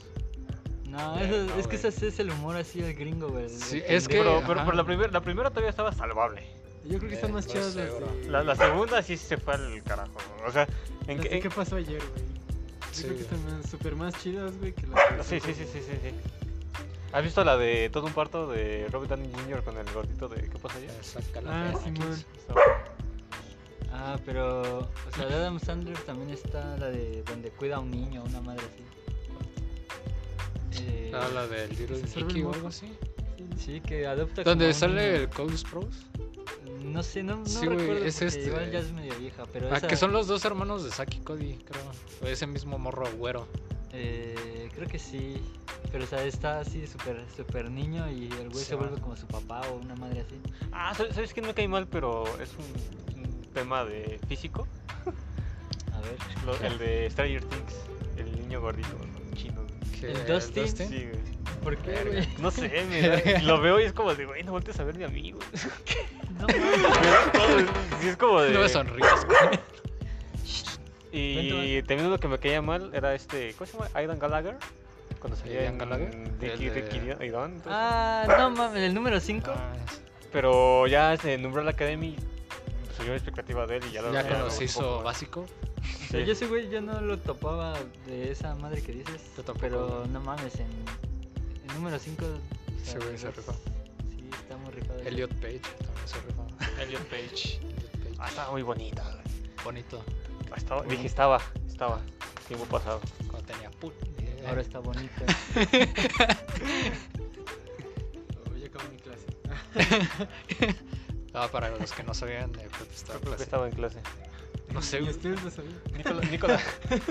S3: No,
S1: Eh,
S3: eso-
S1: no,
S3: es que
S1: güey.
S3: ese es el humor así del gringo, güey. el-
S1: Sí,
S3: el
S1: es que-
S3: pendejo.
S2: Pero, pero,
S1: ajá.
S2: pero la, primer- la primera todavía estaba salvable.
S4: Yo creo que están
S1: Eh,
S4: más
S1: no
S4: chidas
S1: sé,
S4: las
S1: bro.
S4: de.
S2: La, la segunda sí se fue al carajo. O sea, en
S4: las de
S2: que.
S4: ¿Qué
S2: en-
S4: pasó ayer, güey? Yo
S1: Sí,
S4: creo que
S1: güey.
S4: están más- súper más chidas, güey, que las de-
S2: Sí, sí, sí, sí, sí, sí. ¿Has visto la de todo un parto de Robert Downey Jr. con el gordito de qué pasa allá?
S1: Eh, saca la
S4: Ah,
S1: verga.
S4: Simón.
S3: Ah, pero. O sea, de Adam Sandler también está la de donde cuida a un niño, una madre así. Eh,
S1: Ah, la del Little
S4: ¿Se absorbe
S1: Nicky o
S4: el moco?
S1: algo así.
S3: Sí, que adopta. como a
S1: Donde
S3: un
S1: sale el
S3: niño.
S1: Cole Sprouse.
S3: No sé, no, no
S1: Sí, güey,
S3: recuerdo.
S1: es
S3: porque
S1: este.
S3: Igual ya es medio vieja, pero.
S1: Ah,
S3: esa-
S1: que son los dos hermanos de Saki Cody, creo. O ese mismo morro güero.
S3: Eh, creo que sí. Pero, o sea, está así súper super niño y el güey
S1: Sí,
S3: se vuelve
S1: va.
S3: como su papá o una madre así.
S2: Ah, ¿sabes sabes que no cae mal, pero es un, un tema de físico?
S3: A ver.
S2: Lo- el de Stranger Things, el niño gordito chino.
S1: Que
S3: ¿El Dustin?
S2: Sí, güey.
S3: ¿Por qué,
S1: Verga.
S3: güey?
S2: No sé, me da- lo veo y es como de, güey, no voltees a ver de amigo.
S3: [LAUGHS] No mames. pues.
S2: Sí, es como de.
S1: No me sonríes.
S3: [LAUGHS]
S2: Y
S3: Vente,
S2: también lo que me caía mal era este, ¿cómo se llama? Aidan Gallagher. Cuando salía
S1: Aidan
S2: en
S1: Gallagher,
S2: Ricky,
S1: el de-
S2: Ricky Aidan, entonces-
S3: Ah, no mames, el número 5.
S1: Ah, es-
S2: Pero ya se nombró la Academy, subió la expectativa de él y ya lo
S1: ya
S2: lo-
S1: cuando
S2: lo-
S1: se hizo básico.
S2: Sí.
S3: [LAUGHS] Yo ese güey yo no lo topaba de esa madre que dices.
S1: Yo tampoco,
S3: Pero
S1: güey.
S3: no mames, en el número 5.
S1: Ese güey se rifó.
S3: Sí, está muy rifado. eso.
S1: Elliot Page también se rifó.
S2: Elliot Page.
S1: Elliot
S2: Ah,
S1: Page.
S2: estaba muy bonita.
S1: Bonito.
S2: Ah, estaba- dije, estaba, estaba. Tiempo pasado.
S1: Cuando tenía eh, put.
S3: Ahora está bonita.
S1: [LAUGHS]
S4: Oh, ya acabó mi clase.
S1: Ah, para los que no sabían, eh, Pepe estaba
S2: Yo creo que
S1: clase.
S2: estaba en clase.
S1: No sé,
S4: ¿Y
S1: güey.
S4: ustedes lo sabían?
S2: Nicolas, Nicolas,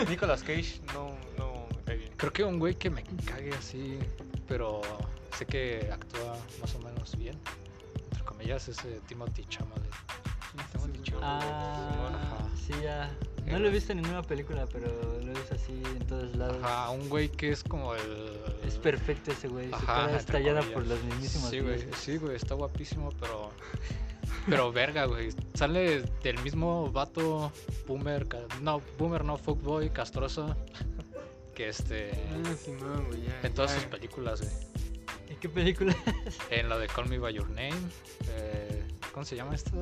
S2: Nicolas Cage no, no me cae bien.
S1: Creo que un güey que me cague así, pero sé que actúa más o menos bien. Entre comillas, es eh, Timothy Chalamet. Timothy Chalamet.
S3: Ah,
S1: Ajá.
S3: sí, ya. No lo he visto en ninguna película, pero lo ves así en todos lados.
S1: Ajá, un güey que es como el.
S3: Es perfecto ese güey. Su
S1: Ajá,
S3: cara es
S1: entre
S3: tallada
S1: comillas.
S3: por los mismísimos
S1: Sí, güey,
S3: dioses.
S1: sí, güey, está guapísimo, pero. Pero verga, güey. Sale del mismo vato Boomer. ca- No, Boomer no, Fuckboy, Castroso. Que este.
S4: Ah, Simón, güey, ya.
S1: En todas
S4: ya.
S1: sus películas, güey.
S3: ¿Y qué película? [LAUGHS]
S1: En la de Call Me By Your Name. eh, ¿Cómo se llama esta?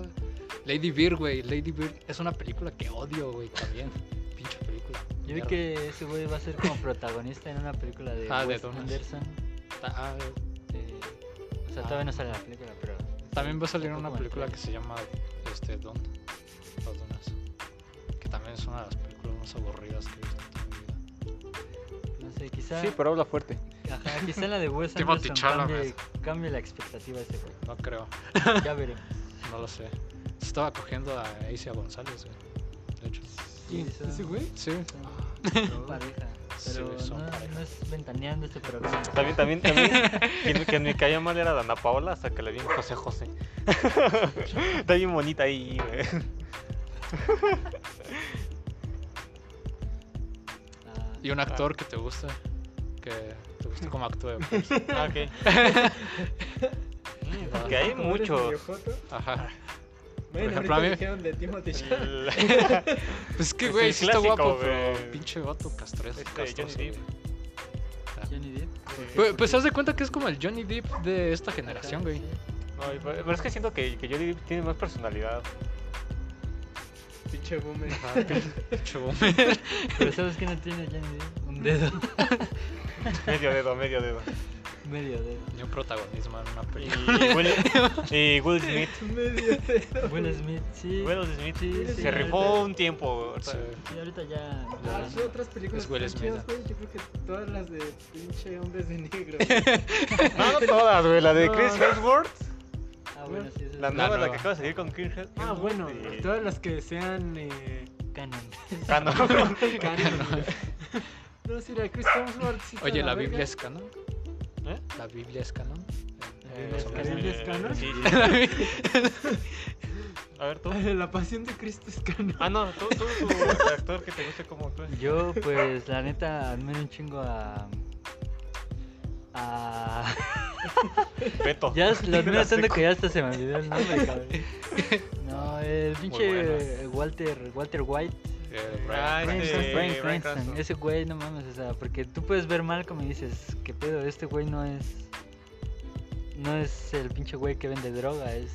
S1: Lady Bird, güey. Lady Bird es una película que odio, güey, también. Pinche película.
S3: Yo vi
S1: mierda.
S3: que ese güey va a ser como protagonista en una película de
S1: Ah, de
S3: Wes
S1: Donas.
S3: Anderson.
S1: Ah,
S3: eh, o sea,
S1: Ah.
S3: todavía no sale la película, pero.
S1: también va a salir
S3: Tampoco
S1: una
S3: me
S1: película que
S3: enteré.
S1: se llama este, Don. Las Donas. Que también es una de las películas más aburridas que he visto en toda mi vida.
S3: No sé, quizá.
S2: Sí, pero habla fuerte.
S3: Ajá, quizá en la de
S1: [LAUGHS]
S3: Wes
S1: Timothy
S3: Anderson cambie,
S1: Chalamet.
S3: cambie la expectativa de
S1: [LAUGHS]
S3: ese güey.
S1: No creo,
S3: Ya veremos.
S1: no lo sé. Se estaba cogiendo a Asia González, güey. De hecho.
S4: ¿Quién?
S3: Sí,
S4: ¿Ese güey?
S1: Sí.
S3: Son pareja.
S1: Sí,
S3: Pero
S1: güey, son
S3: no,
S1: pareja.
S3: no es ventaneando este programa.
S2: También, también, también. Quien, quien me caía mal era Dana Paola hasta que la vi en José José. [LAUGHS] Está bien bonita ahí, güey.
S3: Ah,
S1: Y un actor que te gusta. Que te gusta como
S3: [LAUGHS]
S1: actúa. pues.
S2: Ah, ok. Mm, Porque hay
S4: ¿Cómo eres
S2: muchos.
S4: medio joto?
S1: Ajá.
S4: Bueno,
S1: ejemplo,
S4: ahorita
S1: a mí-
S4: dijeron de
S2: Eh,
S4: Timothy Chalamet.
S1: Pues es que,
S2: Es
S1: güey,
S2: el
S1: sí está
S2: clásico,
S1: guapo,
S2: güey.
S1: pero pinche vato castroso.
S2: Este,
S1: castroso,
S2: Johnny
S1: güey.
S3: Johnny Depp.
S1: Pues, pues haz de cuenta que es como el Johnny Depp de esta generación, güey.
S2: No, y- pero es que siento que, que Johnny Depp tiene más personalidad.
S4: Pinche boomer. [LAUGHS]
S1: Ah,
S3: Pero ¿sabes que no tiene Johnny
S2: [LAUGHS]
S3: Depp? Un dedo.
S2: Medio dedo, medio dedo.
S3: Medio dedo.
S1: [LAUGHS] Ni un protagonismo en una
S2: Y
S1: película.
S2: Will, y Will Smith.
S4: Medio
S3: [LAUGHS]
S4: dedo.
S3: Will Smith, sí.
S2: Will Smith
S3: Sí, sí,
S2: se rifó un tiempo.
S1: Sí.
S3: Y ahorita ya.
S4: Ah, son otras películas
S1: Es Will
S4: que están
S1: Smith,
S4: chidas, güey. Yo creo que todas las de pinche hombres de [LAUGHS] negro.
S2: No, no todas, güey. La de
S4: No.
S2: Chris Hemsworth.
S3: Ah, bueno, sí, eso
S2: La
S3: es
S2: nueva, la
S1: nueva.
S2: que acaba de salir con Chris Hemsworth.
S4: ah, bueno,
S2: y-
S4: todas las que sean eh,
S3: canon.
S2: Ah, no.
S4: canon. no, si la de Chris Hemsworth sí está
S1: Ah, Oye, la
S4: verga.
S1: Biblia es canon.
S2: ¿Eh?
S1: La Biblia es canon.
S3: Biblia
S2: Eh,
S3: es
S2: sobre-
S4: canon. ¿Es canon?
S2: Sí. A ver, tú.
S4: La pasión de Cristo es canon.
S2: Ah, no, tú, tú, tú, el actor que te guste como tú.
S3: Yo, pues, la neta, admiro un chingo a. A. [LAUGHS]
S2: Beto.
S3: Ya es- lo admiro
S2: Las
S3: tanto
S2: seco.
S3: que ya hasta se me olvidó el nombre, cabrón. No, el pinche Walter, Walter White.
S1: Eh,
S2: Ah,
S1: Brian
S2: este,
S1: Cranston.
S3: Bryan
S2: Bryan
S3: Cranston,
S2: Cranston.
S3: Ese güey, no mames, o sea, porque tú puedes ver mal como dices, que pedo, este güey no es. No es el pinche güey que vende droga, es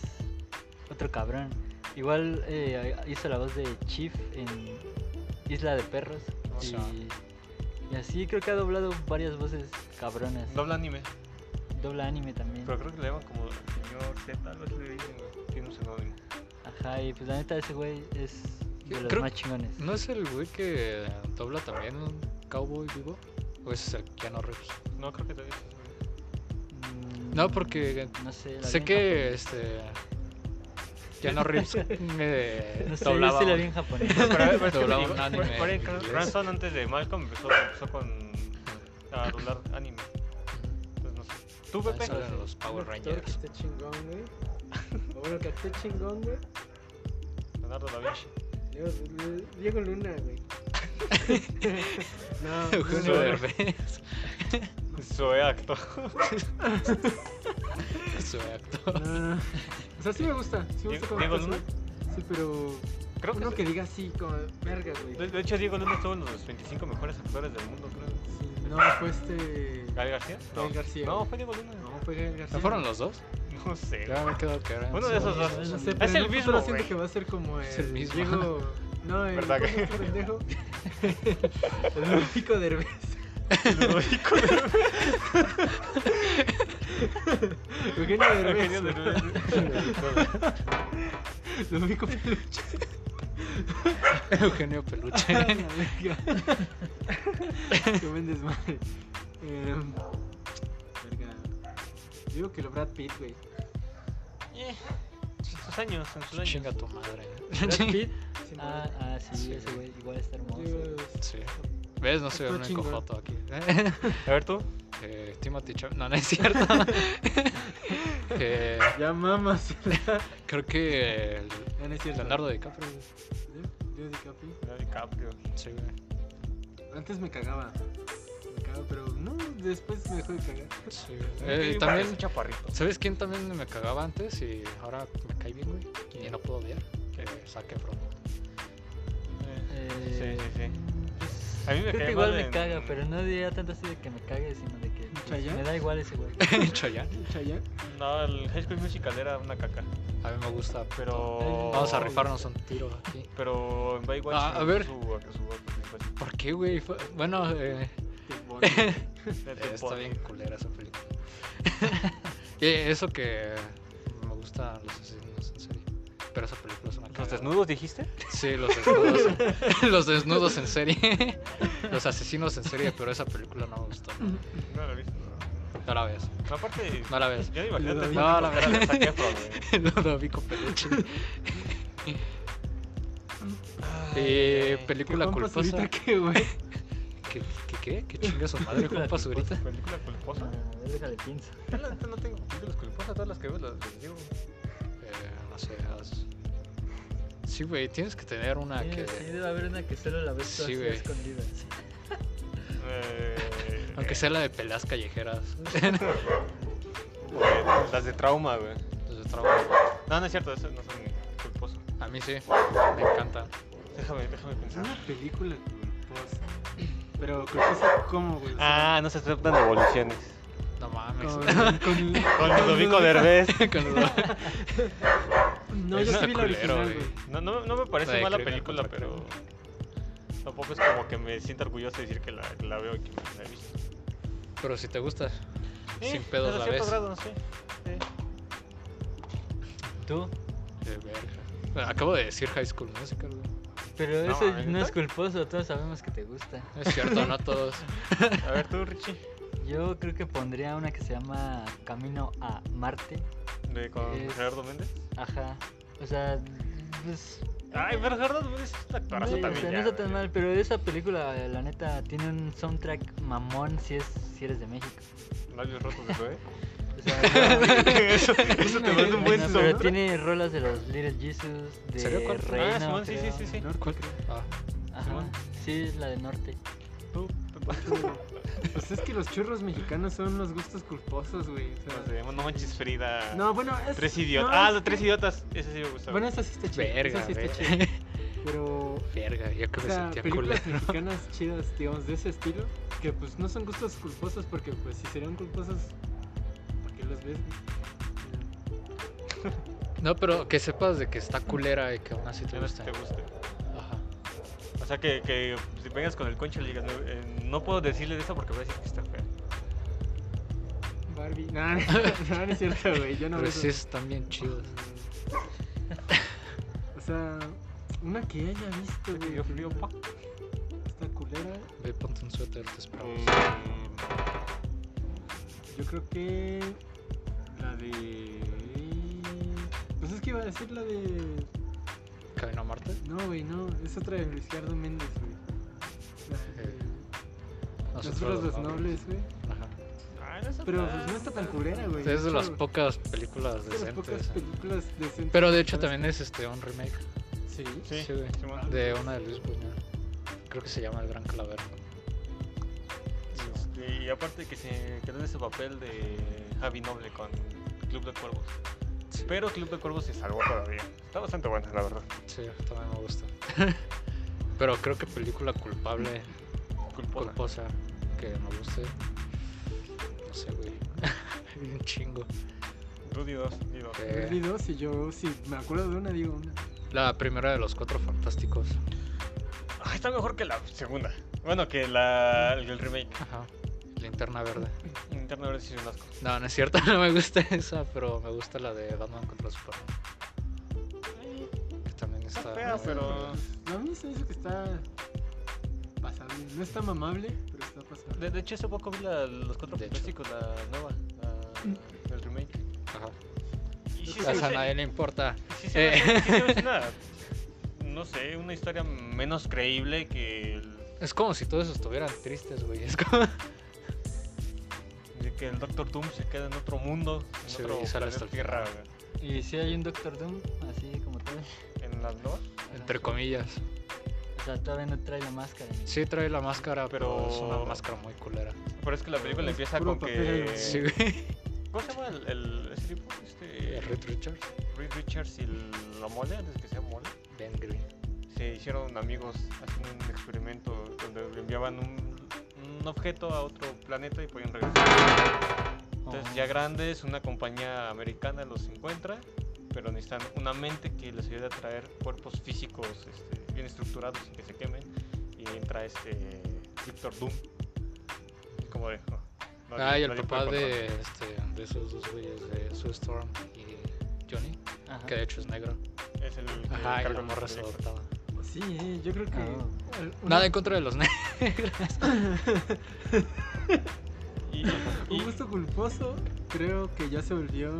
S3: otro cabrón. Igual eh, hizo la voz de Chief en Isla de Perros.
S1: O
S3: Y,
S1: sea.
S3: y así creo que ha doblado varias voces cabronas.
S2: Dobla anime.
S3: Dobla anime también.
S2: Pero creo que le llaman como señor Z, algo así le dicen, güey. Tiene un pseudónimo.
S3: Ajá, y pues la neta ese güey es de
S1: Yo
S3: los
S1: creo-
S3: más chingones.
S1: ¿No es el güey que dobla también un cowboy vivo? ¿O ese es el Keanu Reeves?
S2: No, creo que te dices, güey.
S3: Mm,
S1: No, porque
S3: no sé, la
S1: Sé
S3: vi en
S1: que este. Keanu Reeves eh,
S3: japonés. [LAUGHS] No sé,
S1: doblaba.
S3: yo sí la vi
S1: un-
S3: en japonés.
S2: Pero, pero es que
S1: Doblaba
S2: digo,
S1: un anime
S2: Bra- Bryan
S1: en
S2: Cran-
S1: inglés.
S2: Cranston antes de Malcolm empezó, empezó con a doblar anime. Entonces no sé. ¿Tú,
S1: Ahí
S2: Pepe?
S1: salen los
S4: Un
S1: Power
S4: actor Que
S1: Rangers.
S4: esté chingón, güey. O bueno, que esté chingón, güey.
S2: Leonardo da Vinci.
S4: Diego, Diego Luna, güey.
S1: [LAUGHS]
S4: no,
S1: Eugenio
S4: no, no.
S1: Derbez.
S2: Soy acto.
S1: Su actor.
S4: No, no. O sea, sí me gusta. Sí me gusta
S2: Diego-
S4: como
S2: Diego
S4: persona.
S2: Luna.
S4: Sí, pero.
S2: [LAUGHS] Creo que,
S4: uno
S2: es-
S4: que diga así, como verga,
S2: de,
S4: güey.
S2: de hecho Diego Luna estuvo en los 25 mejores actores del mundo, creo.
S4: Sí, no, fue este.
S2: ¿Gael García?
S4: Gael García.
S2: No, fue Diego Luna.
S4: No, fue Gael García.
S1: ¿No fueron los dos?
S2: No sé.
S1: Ya me quedo que eran.
S2: Uno de esos
S4: No,
S2: dos.
S4: no
S2: Es
S4: sé, pero
S2: el
S4: en un futuro
S2: mismo,
S4: siento
S2: güey.
S4: que va a ser como el,
S1: Es el mismo.
S4: Diego. No, el
S2: ¿Verdad que-
S4: otro pendejo. El Pico Derbez.
S2: Ludovico.
S4: Eugenio
S2: Eugenio
S4: Derbez. güey. [LAUGHS]
S2: Derbez.
S4: Ludovico Peluche.
S1: Eugenio Peluche. [LAUGHS]
S4: Ah, la verga. Qué buen desmadre. Em, verga. Digo que lo Brad Pitt, güey.
S2: Eh, En sus años, en sus años.
S1: Chinga tu madre.
S4: Brad Pitt. sin
S3: Ah,
S4: duda.
S3: ah, sí,
S1: Sí,
S3: ese
S1: güey.
S3: güey igual está hermoso.
S4: Digo,
S1: Sí. ¿Ves? No soy el
S4: Actúa
S1: único
S4: chingón.
S1: foto aquí.
S2: A ver tú.
S1: Eh, Timothy Chalamet- No, no es [LAUGHS] cierto. Eh,
S4: Ya mamas.
S1: creo que el-
S4: Ya no es cierto.
S1: Leonardo DiCaprio. güey.
S4: Leo DiCaprio.
S2: Leonardo DiCaprio.
S1: Sí, güey.
S4: Antes me cagaba. Me cagaba, pero no, después me dejó de cagar.
S1: Sí, güey. Eh, y
S2: Sí, parece
S1: también,
S2: un chaparrito.
S1: ¿sabes quién también me cagaba antes y ahora me cae bien, güey? Y no puedo odiar. Que saque Efron. [LAUGHS]
S2: Sí,
S3: Eh, pues,
S2: sí, sí. A mí me
S3: Creo
S2: cae
S3: que igual
S2: mal
S3: me
S2: en-
S3: caga, pero no diría tanto así de que me cague, sino de que pues,
S4: ¿Chayanne?
S3: me da igual ese güey.
S1: Chayanne.
S4: Chayanne.
S2: No, el High School Musical era una caca.
S1: A mí me gusta, pero.
S2: Pero.
S1: Vamos a rifarnos un tiro aquí.
S2: Pero en Baywatch.
S1: Ah, a
S2: no
S1: ver.
S2: Su, su pues.
S1: [LAUGHS]
S2: participación.
S1: ¿Por qué, güey? Fue- Bueno, eh,
S4: Qué bono.
S2: Del
S1: Eh, Está
S2: Pony.
S1: bien culera esa película.
S2: [LAUGHS]
S1: Eh, eso que me gustan los asesinos en serie. Pero esa película es una
S2: ¿Los
S1: cagada.
S2: desnudos dijiste?
S1: Sí, los desnudos.
S2: [LAUGHS]
S1: los desnudos en serie. los asesinos en serie, pero esa película no me gustó.
S2: No la viste.
S1: No la ves.
S2: No, aparte.
S1: No la [LAUGHS] ves.
S2: Yo me imagino
S4: No,
S2: que
S1: no, la
S2: era
S1: verdad.
S2: de Zac Efron, güey.
S1: Ludovico Peluche.
S2: Ay,
S1: Eh,
S2: ay.
S1: película
S4: ¿Qué Juan
S1: culposa.
S4: Pazurita qué, güey?
S1: ¿Qué, qué, qué? ¿Qué chinga su madre, Juan Pazurita?
S2: Película culposa.
S3: Ah, déjale pienso.
S2: Yo la neta no tengo películas culposas, todas las que veo las las digo.
S1: Eh, no sé. haz- Sí, güey, tienes que tener
S2: Ah,
S1: una
S3: Sí,
S1: que.
S3: sí, debe haber una que solo la ves tú
S1: Sí,
S3: así
S1: güey.
S3: escondida.
S1: [LAUGHS]
S2: Eh,
S1: Aunque sea la de peleas callejeras. [LAUGHS]
S2: eh, Las de trauma, güey.
S1: Entonces, trabajo.
S2: No, no es cierto, esas no son culposas.
S1: A mí sí, me encanta.
S2: Déjame, déjame
S4: Es
S2: pensar.
S4: una película culposa. Pero culposa, ¿cómo, güey? O sea,
S2: Ah, no se aceptan evoluciones.
S1: No mames.
S4: con, con,
S2: Con
S1: [LAUGHS]
S2: Ludovico Derbez.
S1: Con lo-
S4: No,
S1: Es
S4: yo sí vi la
S1: culero,
S4: original,
S1: güey.
S4: güey.
S2: No, no, no me
S1: La
S2: parece
S1: de
S2: mala
S1: Crimen
S2: película,
S1: contra
S2: pero
S1: crimen.
S2: tampoco es como que me sienta orgulloso de decir que la, que la veo y que me la he visto.
S1: Pero si te gusta,
S2: Eh,
S1: sin pedos
S2: hasta
S1: la
S2: cierto
S1: ves.
S2: grado, sí.
S3: ¿Tú?
S1: De verga. Acabo de decir High School Musical, güey.
S3: Pero
S2: No,
S3: eso
S2: mames,
S3: no es
S2: ¿neta?
S3: culposo, todos sabemos que te gusta.
S1: No Es cierto, no todos.
S2: A ver tú, Richie.
S3: Yo creo que pondría una que se llama Camino a Marte.
S2: De, con
S3: Es-
S2: Gerardo Méndez.
S3: Ajá. O sea, pues.
S2: Ay, pero Gerardo Méndez es un
S3: No,
S2: actorazo
S3: o
S2: también.
S3: sea, no
S2: ya,
S3: está tan
S2: güey.
S3: mal, pero esa película, la neta, tiene un soundtrack mamón si, es, si eres de México.
S2: Labios rotos de Zoe. [LAUGHS]
S3: O sea, no-
S2: eso, eso te parece un buen
S3: No,
S2: sombra.
S3: pero tiene rolas de los Little Jesus, de
S1: ¿En serio? ¿Cuál? Ah,
S2: Ah,
S3: Reino.
S2: Simón, sí, sí,
S3: creo.
S2: sí, sí.
S1: ¿Cuál? Ah,
S3: Ajá. Sí, es la de Norte.
S2: Tú, tú, tú.
S4: Pues es que los churros mexicanos son los gustos culposos, güey. o sea,
S2: No sé, no manches Frida.
S4: no, bueno, es.
S2: Tres
S4: no,
S2: idiotas. Ah,
S4: es-
S2: los tres idiotas. Ese sí me gusta.
S4: Bueno, esa sí está chida.
S1: verga,
S4: esa sí está chida.
S1: güey.
S4: Pero.
S1: [LAUGHS] Verga, yo
S4: O
S1: que me
S4: sea,
S1: sentía
S4: películas
S1: culero. [LAUGHS]
S4: mexicanas chidas, digamos, de ese estilo. Que pues no son gustos culposos, porque pues si serían culposos, ¿para qué los ves? güey?
S1: No, pero que sepas de que está culera y que aún así te
S2: te
S1: gusta.
S2: te guste.
S1: Ajá.
S2: O sea, que, que si vengas con el concho y le digas, no, eh, no puedo decirle de eso porque voy a decir que está fea.
S4: Barbie. Nah, no, [LAUGHS] no es cierto, güey. Yo no
S1: Pero
S4: veo
S1: sí
S4: eso.
S1: están bien chidos.
S4: O sea, una que haya visto,
S2: Te
S4: güey.
S2: dio
S4: que
S2: frío,
S4: diga,
S2: pa.
S4: Esta culera.
S1: Ve, ponte un suéter, te esperamos.
S4: Yo creo que la de. Pues es que iba a decir la de.
S1: ¿Camino a Marte?
S4: No, güey, no. Es otra de Luis Gerardo Méndez, güey. La de
S1: Eh,
S4: Nosotros los nobles, güey.
S1: Ajá.
S2: Ah, no está
S4: Pero
S2: tan-
S4: pues, no está tan culera, güey.
S1: Es de las
S4: hecho,
S1: pocas películas
S4: es de las pocas
S1: decentes. ¿eh?
S4: películas decentes.
S1: Pero de hecho también es este un remake.
S4: Sí.
S2: Sí,
S1: Sí, güey.
S2: Simón.
S1: De una de Luis Buñuel. Creo que se llama El Gran Calavera.
S2: Este, y aparte que se quedó en ese papel de Javi Noble con Club de Cuervos. Pero Club de Cuervos se salvó todavía. Está bastante buena, la verdad.
S1: Sí, también me gusta. [LAUGHS] Pero creo que película culpable,
S2: Culposa.
S1: culposa, que me guste. No sé, güey. [LAUGHS] Hay un chingo.
S2: Tú di dos, di dos.
S1: Eh,
S4: Yo vi dos y yo, si me acuerdo de una, digo una.
S1: la primera de los cuatro fantásticos.
S2: Ah, está mejor que la segunda. Bueno, que la, el remake.
S1: Ajá. Linterna Verde.
S2: Linterna Verde sí es un asco.
S1: No, no es cierto, [LAUGHS] no me gusta esa, pero me gusta la de Batman contra Superman. Que también está.
S2: Está fea,
S1: muy
S2: pero.
S1: buena.
S4: A mí se me hizo que está pasable. No está mamable, pero está pasable.
S2: De, de hecho, hace poco vi la- los cuatro
S1: De hecho.
S2: fantásticos, la nueva, la, el remake.
S1: Ajá.
S2: Y sí,
S1: Esa
S2: se-
S1: a nadie le importa.
S2: sí se me
S1: Eh.
S2: hace- sí se me
S1: [LAUGHS]
S2: hace una- no sé, una historia menos creíble que el,
S1: Es como si todos estuvieran tristes, güey.
S2: [LAUGHS]
S1: Es como.
S2: de que el Doctor Doom se queda en otro mundo, en
S1: Sí,
S2: otro
S1: y sale hasta
S2: planeta Tierra,
S1: el
S3: Y si hay un Doctor Doom, así como tal.
S2: güey, en las nuevas.
S1: Entre comillas.
S3: O sea, todavía no trae la máscara.
S1: Sí, trae la máscara, pero,
S2: Pero-
S1: es una máscara muy culera.
S2: Pero es que la película
S4: Es
S2: empieza
S4: puro
S2: con
S4: papel,
S2: que...
S4: güey.
S1: Sí, güey.
S2: ¿Cómo se llama el, el ese tipo? Este,
S1: [LAUGHS] Reed Richards.
S2: Reed Richards y el- la mole, antes de que sea mole.
S1: Ben Green.
S2: se hicieron amigos haciendo un experimento donde le enviaban un, un objeto a otro planeta y podían regresar. Entonces
S3: Oh.
S2: ya grandes, una compañía americana los encuentra, pero necesitan una mente que les ayude a traer cuerpos físicos este, bien estructurados y que se quemen. Y entra este Victor Doom. Como de... "Oh, nadie-
S1: ah, y el
S2: nadie
S1: papá
S2: puede
S1: de, este, de esos dos güeyes, de Sue Storm y Johnny,
S3: Ajá.
S1: que de hecho es negro.
S2: contra". Es el que
S1: Ajá, y
S2: carga
S1: la
S2: el
S1: morra se
S2: proyecto.
S1: adoptaba.
S4: Sí, eh, yo creo que.
S3: Ah.
S4: el- una-
S1: Nada en contra de los negros.
S2: Y- y-
S1: [LAUGHS]
S4: Un gusto culposo, creo que ya se volvió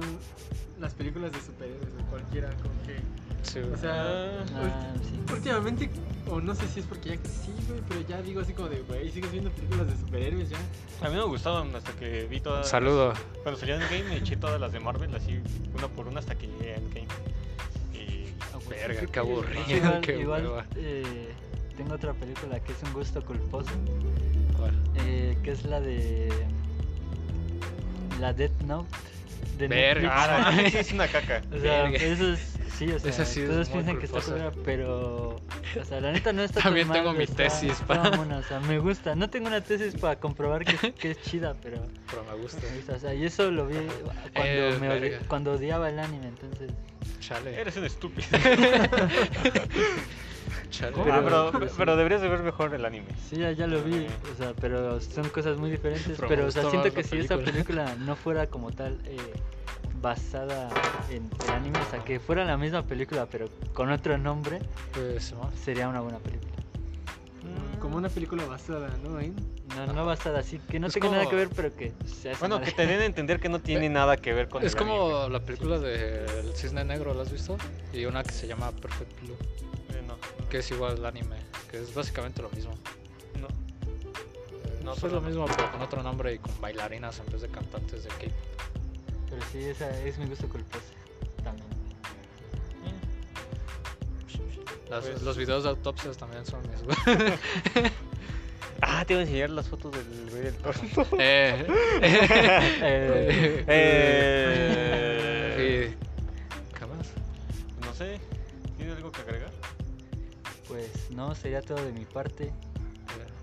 S4: las películas de superhéroes o cualquiera, como que.
S1: Sí,
S4: O
S1: güey.
S4: sea,
S2: Ah.
S4: ulti-
S2: [LAUGHS]
S3: Ah, sí.
S4: últimamente, o no sé si es porque ya crecí, güey, pero ya digo así como de, güey, sigues viendo películas de superhéroes ya.
S2: a mí no me gustaban hasta que vi todas...
S1: Saludo.
S2: Cuando salió Endgame me eché todas las de Marvel así una por una hasta que llegué a Endgame. Y
S3: Ah, güey.
S1: Verga, qué aburrido,
S3: Igual,
S1: qué
S3: igual
S1: hueva.
S3: eh, tengo otra película que es un gusto culposo,
S1: ¿Cuál?
S3: eh, que es la de la Death Note de
S1: Verga.
S3: Netflix.
S2: ah, la sí [LAUGHS] es una caca.
S3: O sea,
S1: Verga.
S3: eso es, sí, o sea,
S1: Esa sí es
S3: todos
S1: muy
S3: piensan que está
S1: culposa.
S3: culera, pero, o sea, la neta
S1: [LAUGHS]
S3: no está tan
S1: También
S3: mal,
S1: tengo mi
S3: está-
S1: tesis
S3: está
S1: para-
S3: mamona, o sea, me gusta, no tengo una tesis para comprobar que,
S1: [LAUGHS]
S3: que es chida, pero
S1: Pero me gusta.
S3: me gusta, o sea, y eso lo vi cuando,
S1: Eh,
S3: me odi-
S1: verga.
S3: cuando odiaba el anime, entonces,
S1: Chale.
S2: Eres un estúpido.
S1: [LAUGHS] Chale. pues,
S2: Ah,
S1: [LAUGHS]
S2: pero, pero deberías de ver mejor el anime.
S3: sí, ya, ya lo vi,
S2: Eh.
S3: o sea, pero son cosas muy diferentes,
S1: Pero
S3: pero,
S1: me
S3: o sea,
S1: gusta
S3: siento
S1: más
S3: que
S1: la
S3: si esa
S1: película.
S3: película no fuera como tal eh, basada en el anime, o sea, que fuera la misma película, pero con otro nombre,
S1: Pues, ¿no?
S3: sería una buena película.
S4: Como una película basada, ¿no? En-
S3: No, no basada así, que no
S1: Ah. Es
S3: tenga nada
S1: como-
S3: que ver, pero que sea esa
S2: Bueno,
S3: madre.
S2: que te den a entender que no tiene nada que ver con
S1: Eh, Es
S2: el anime.
S1: como la película del Cisne Negro, ¿la has visto? Y una que se llama Perfect Blue,
S2: Eh, no, no,
S1: que es igual al anime, que es básicamente lo mismo.
S2: no. No,
S1: No, es
S2: pero
S1: lo
S2: no.
S1: mismo, pero con otro nombre y con bailarinas en vez de cantantes de K.
S3: Pero sí, esa es mi gusto culposo. También.
S1: Las-
S2: Pues-
S1: Los videos de autopsias también son mis
S2: [LAUGHS]
S1: güey.
S2: Ah, te voy a enseñar las fotos del güey del
S1: [LAUGHS]
S2: torno.
S1: Eh,
S3: Eh,
S2: Eh,
S1: y- ¿Qué más?
S2: No sé. ¿Tiene algo que agregar?
S3: Pues no, sería todo de mi parte.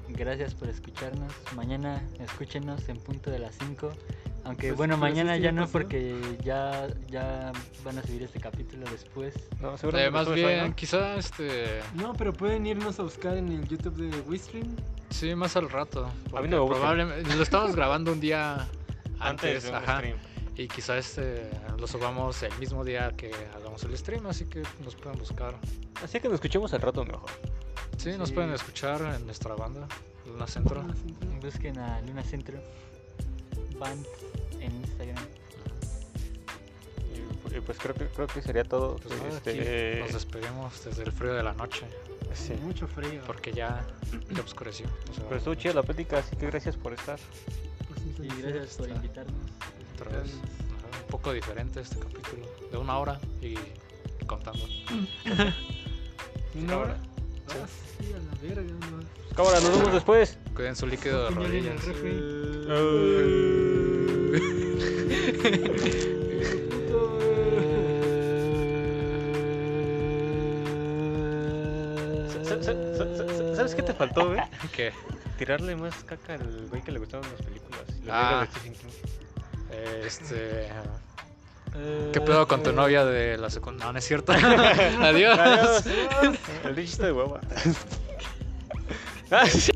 S3: Gracias por escucharnos. Mañana escúchenos en punto de las 5. Aunque
S4: Pues,
S3: bueno,
S4: pero sí
S3: mañana
S4: sigue
S3: ya no
S4: pasando.
S3: porque ya, ya van a subir este capítulo después.
S2: No,
S1: Eh, más
S2: después,
S1: bien,
S2: ¿no?
S1: quizá este.
S4: No, pero pueden irnos a buscar en el YouTube de Wistream.
S1: Sí, más al rato. porque
S2: me gusta.
S1: probablemente- Lo estamos grabando un día
S2: [LAUGHS] Antes
S1: antes,
S2: de un
S1: ajá.
S2: stream.
S1: Y quizá este lo subamos el mismo día que hagamos el stream, así que nos pueden buscar.
S2: Así que nos escuchemos al rato mejor.
S1: Sí, nos pueden
S3: Sí.
S1: escuchar en nuestra banda, Luna Centro.
S3: Busquen a Luna Centro Band en Instagram.
S2: Y, y pues creo que, creo que sería todo.
S1: Pues nada,
S2: este,
S1: aquí nos despedimos desde el frío de la noche,
S2: sí.
S4: Mucho frío.
S1: porque ya, ya oscureció. o sea,
S2: Pero Pues, estuvo chida la plática, así que gracias por estar.
S4: Pues
S3: Y gracias por
S1: está.
S3: invitarnos.
S1: otra vez. Ajá, un poco diferente este capítulo, de una hora y contando.
S4: ¿Una hora?
S1: Sí.
S4: Ah, sí, a la verga, no.
S2: Cámara, nos vemos después.
S1: Cuiden su líquido de
S4: Piña en el
S1: rodillas.
S4: refri. Eh.
S2: Sa- sa- sa- sa- sa- ¿Sabes qué te faltó, [LAUGHS] güey?
S1: ¿Qué?
S2: Tirarle más caca al güey que le gustaban las películas. y las
S1: Ah.
S2: reglas de Stephen King.
S1: Eh, Este. ¿Qué pedo con tu novia de la secundaria? No, no es cierto. [LAUGHS]
S2: [LAUGHS]
S1: Adiós.
S2: Adiós. El chiste de hueva. Ah, sí.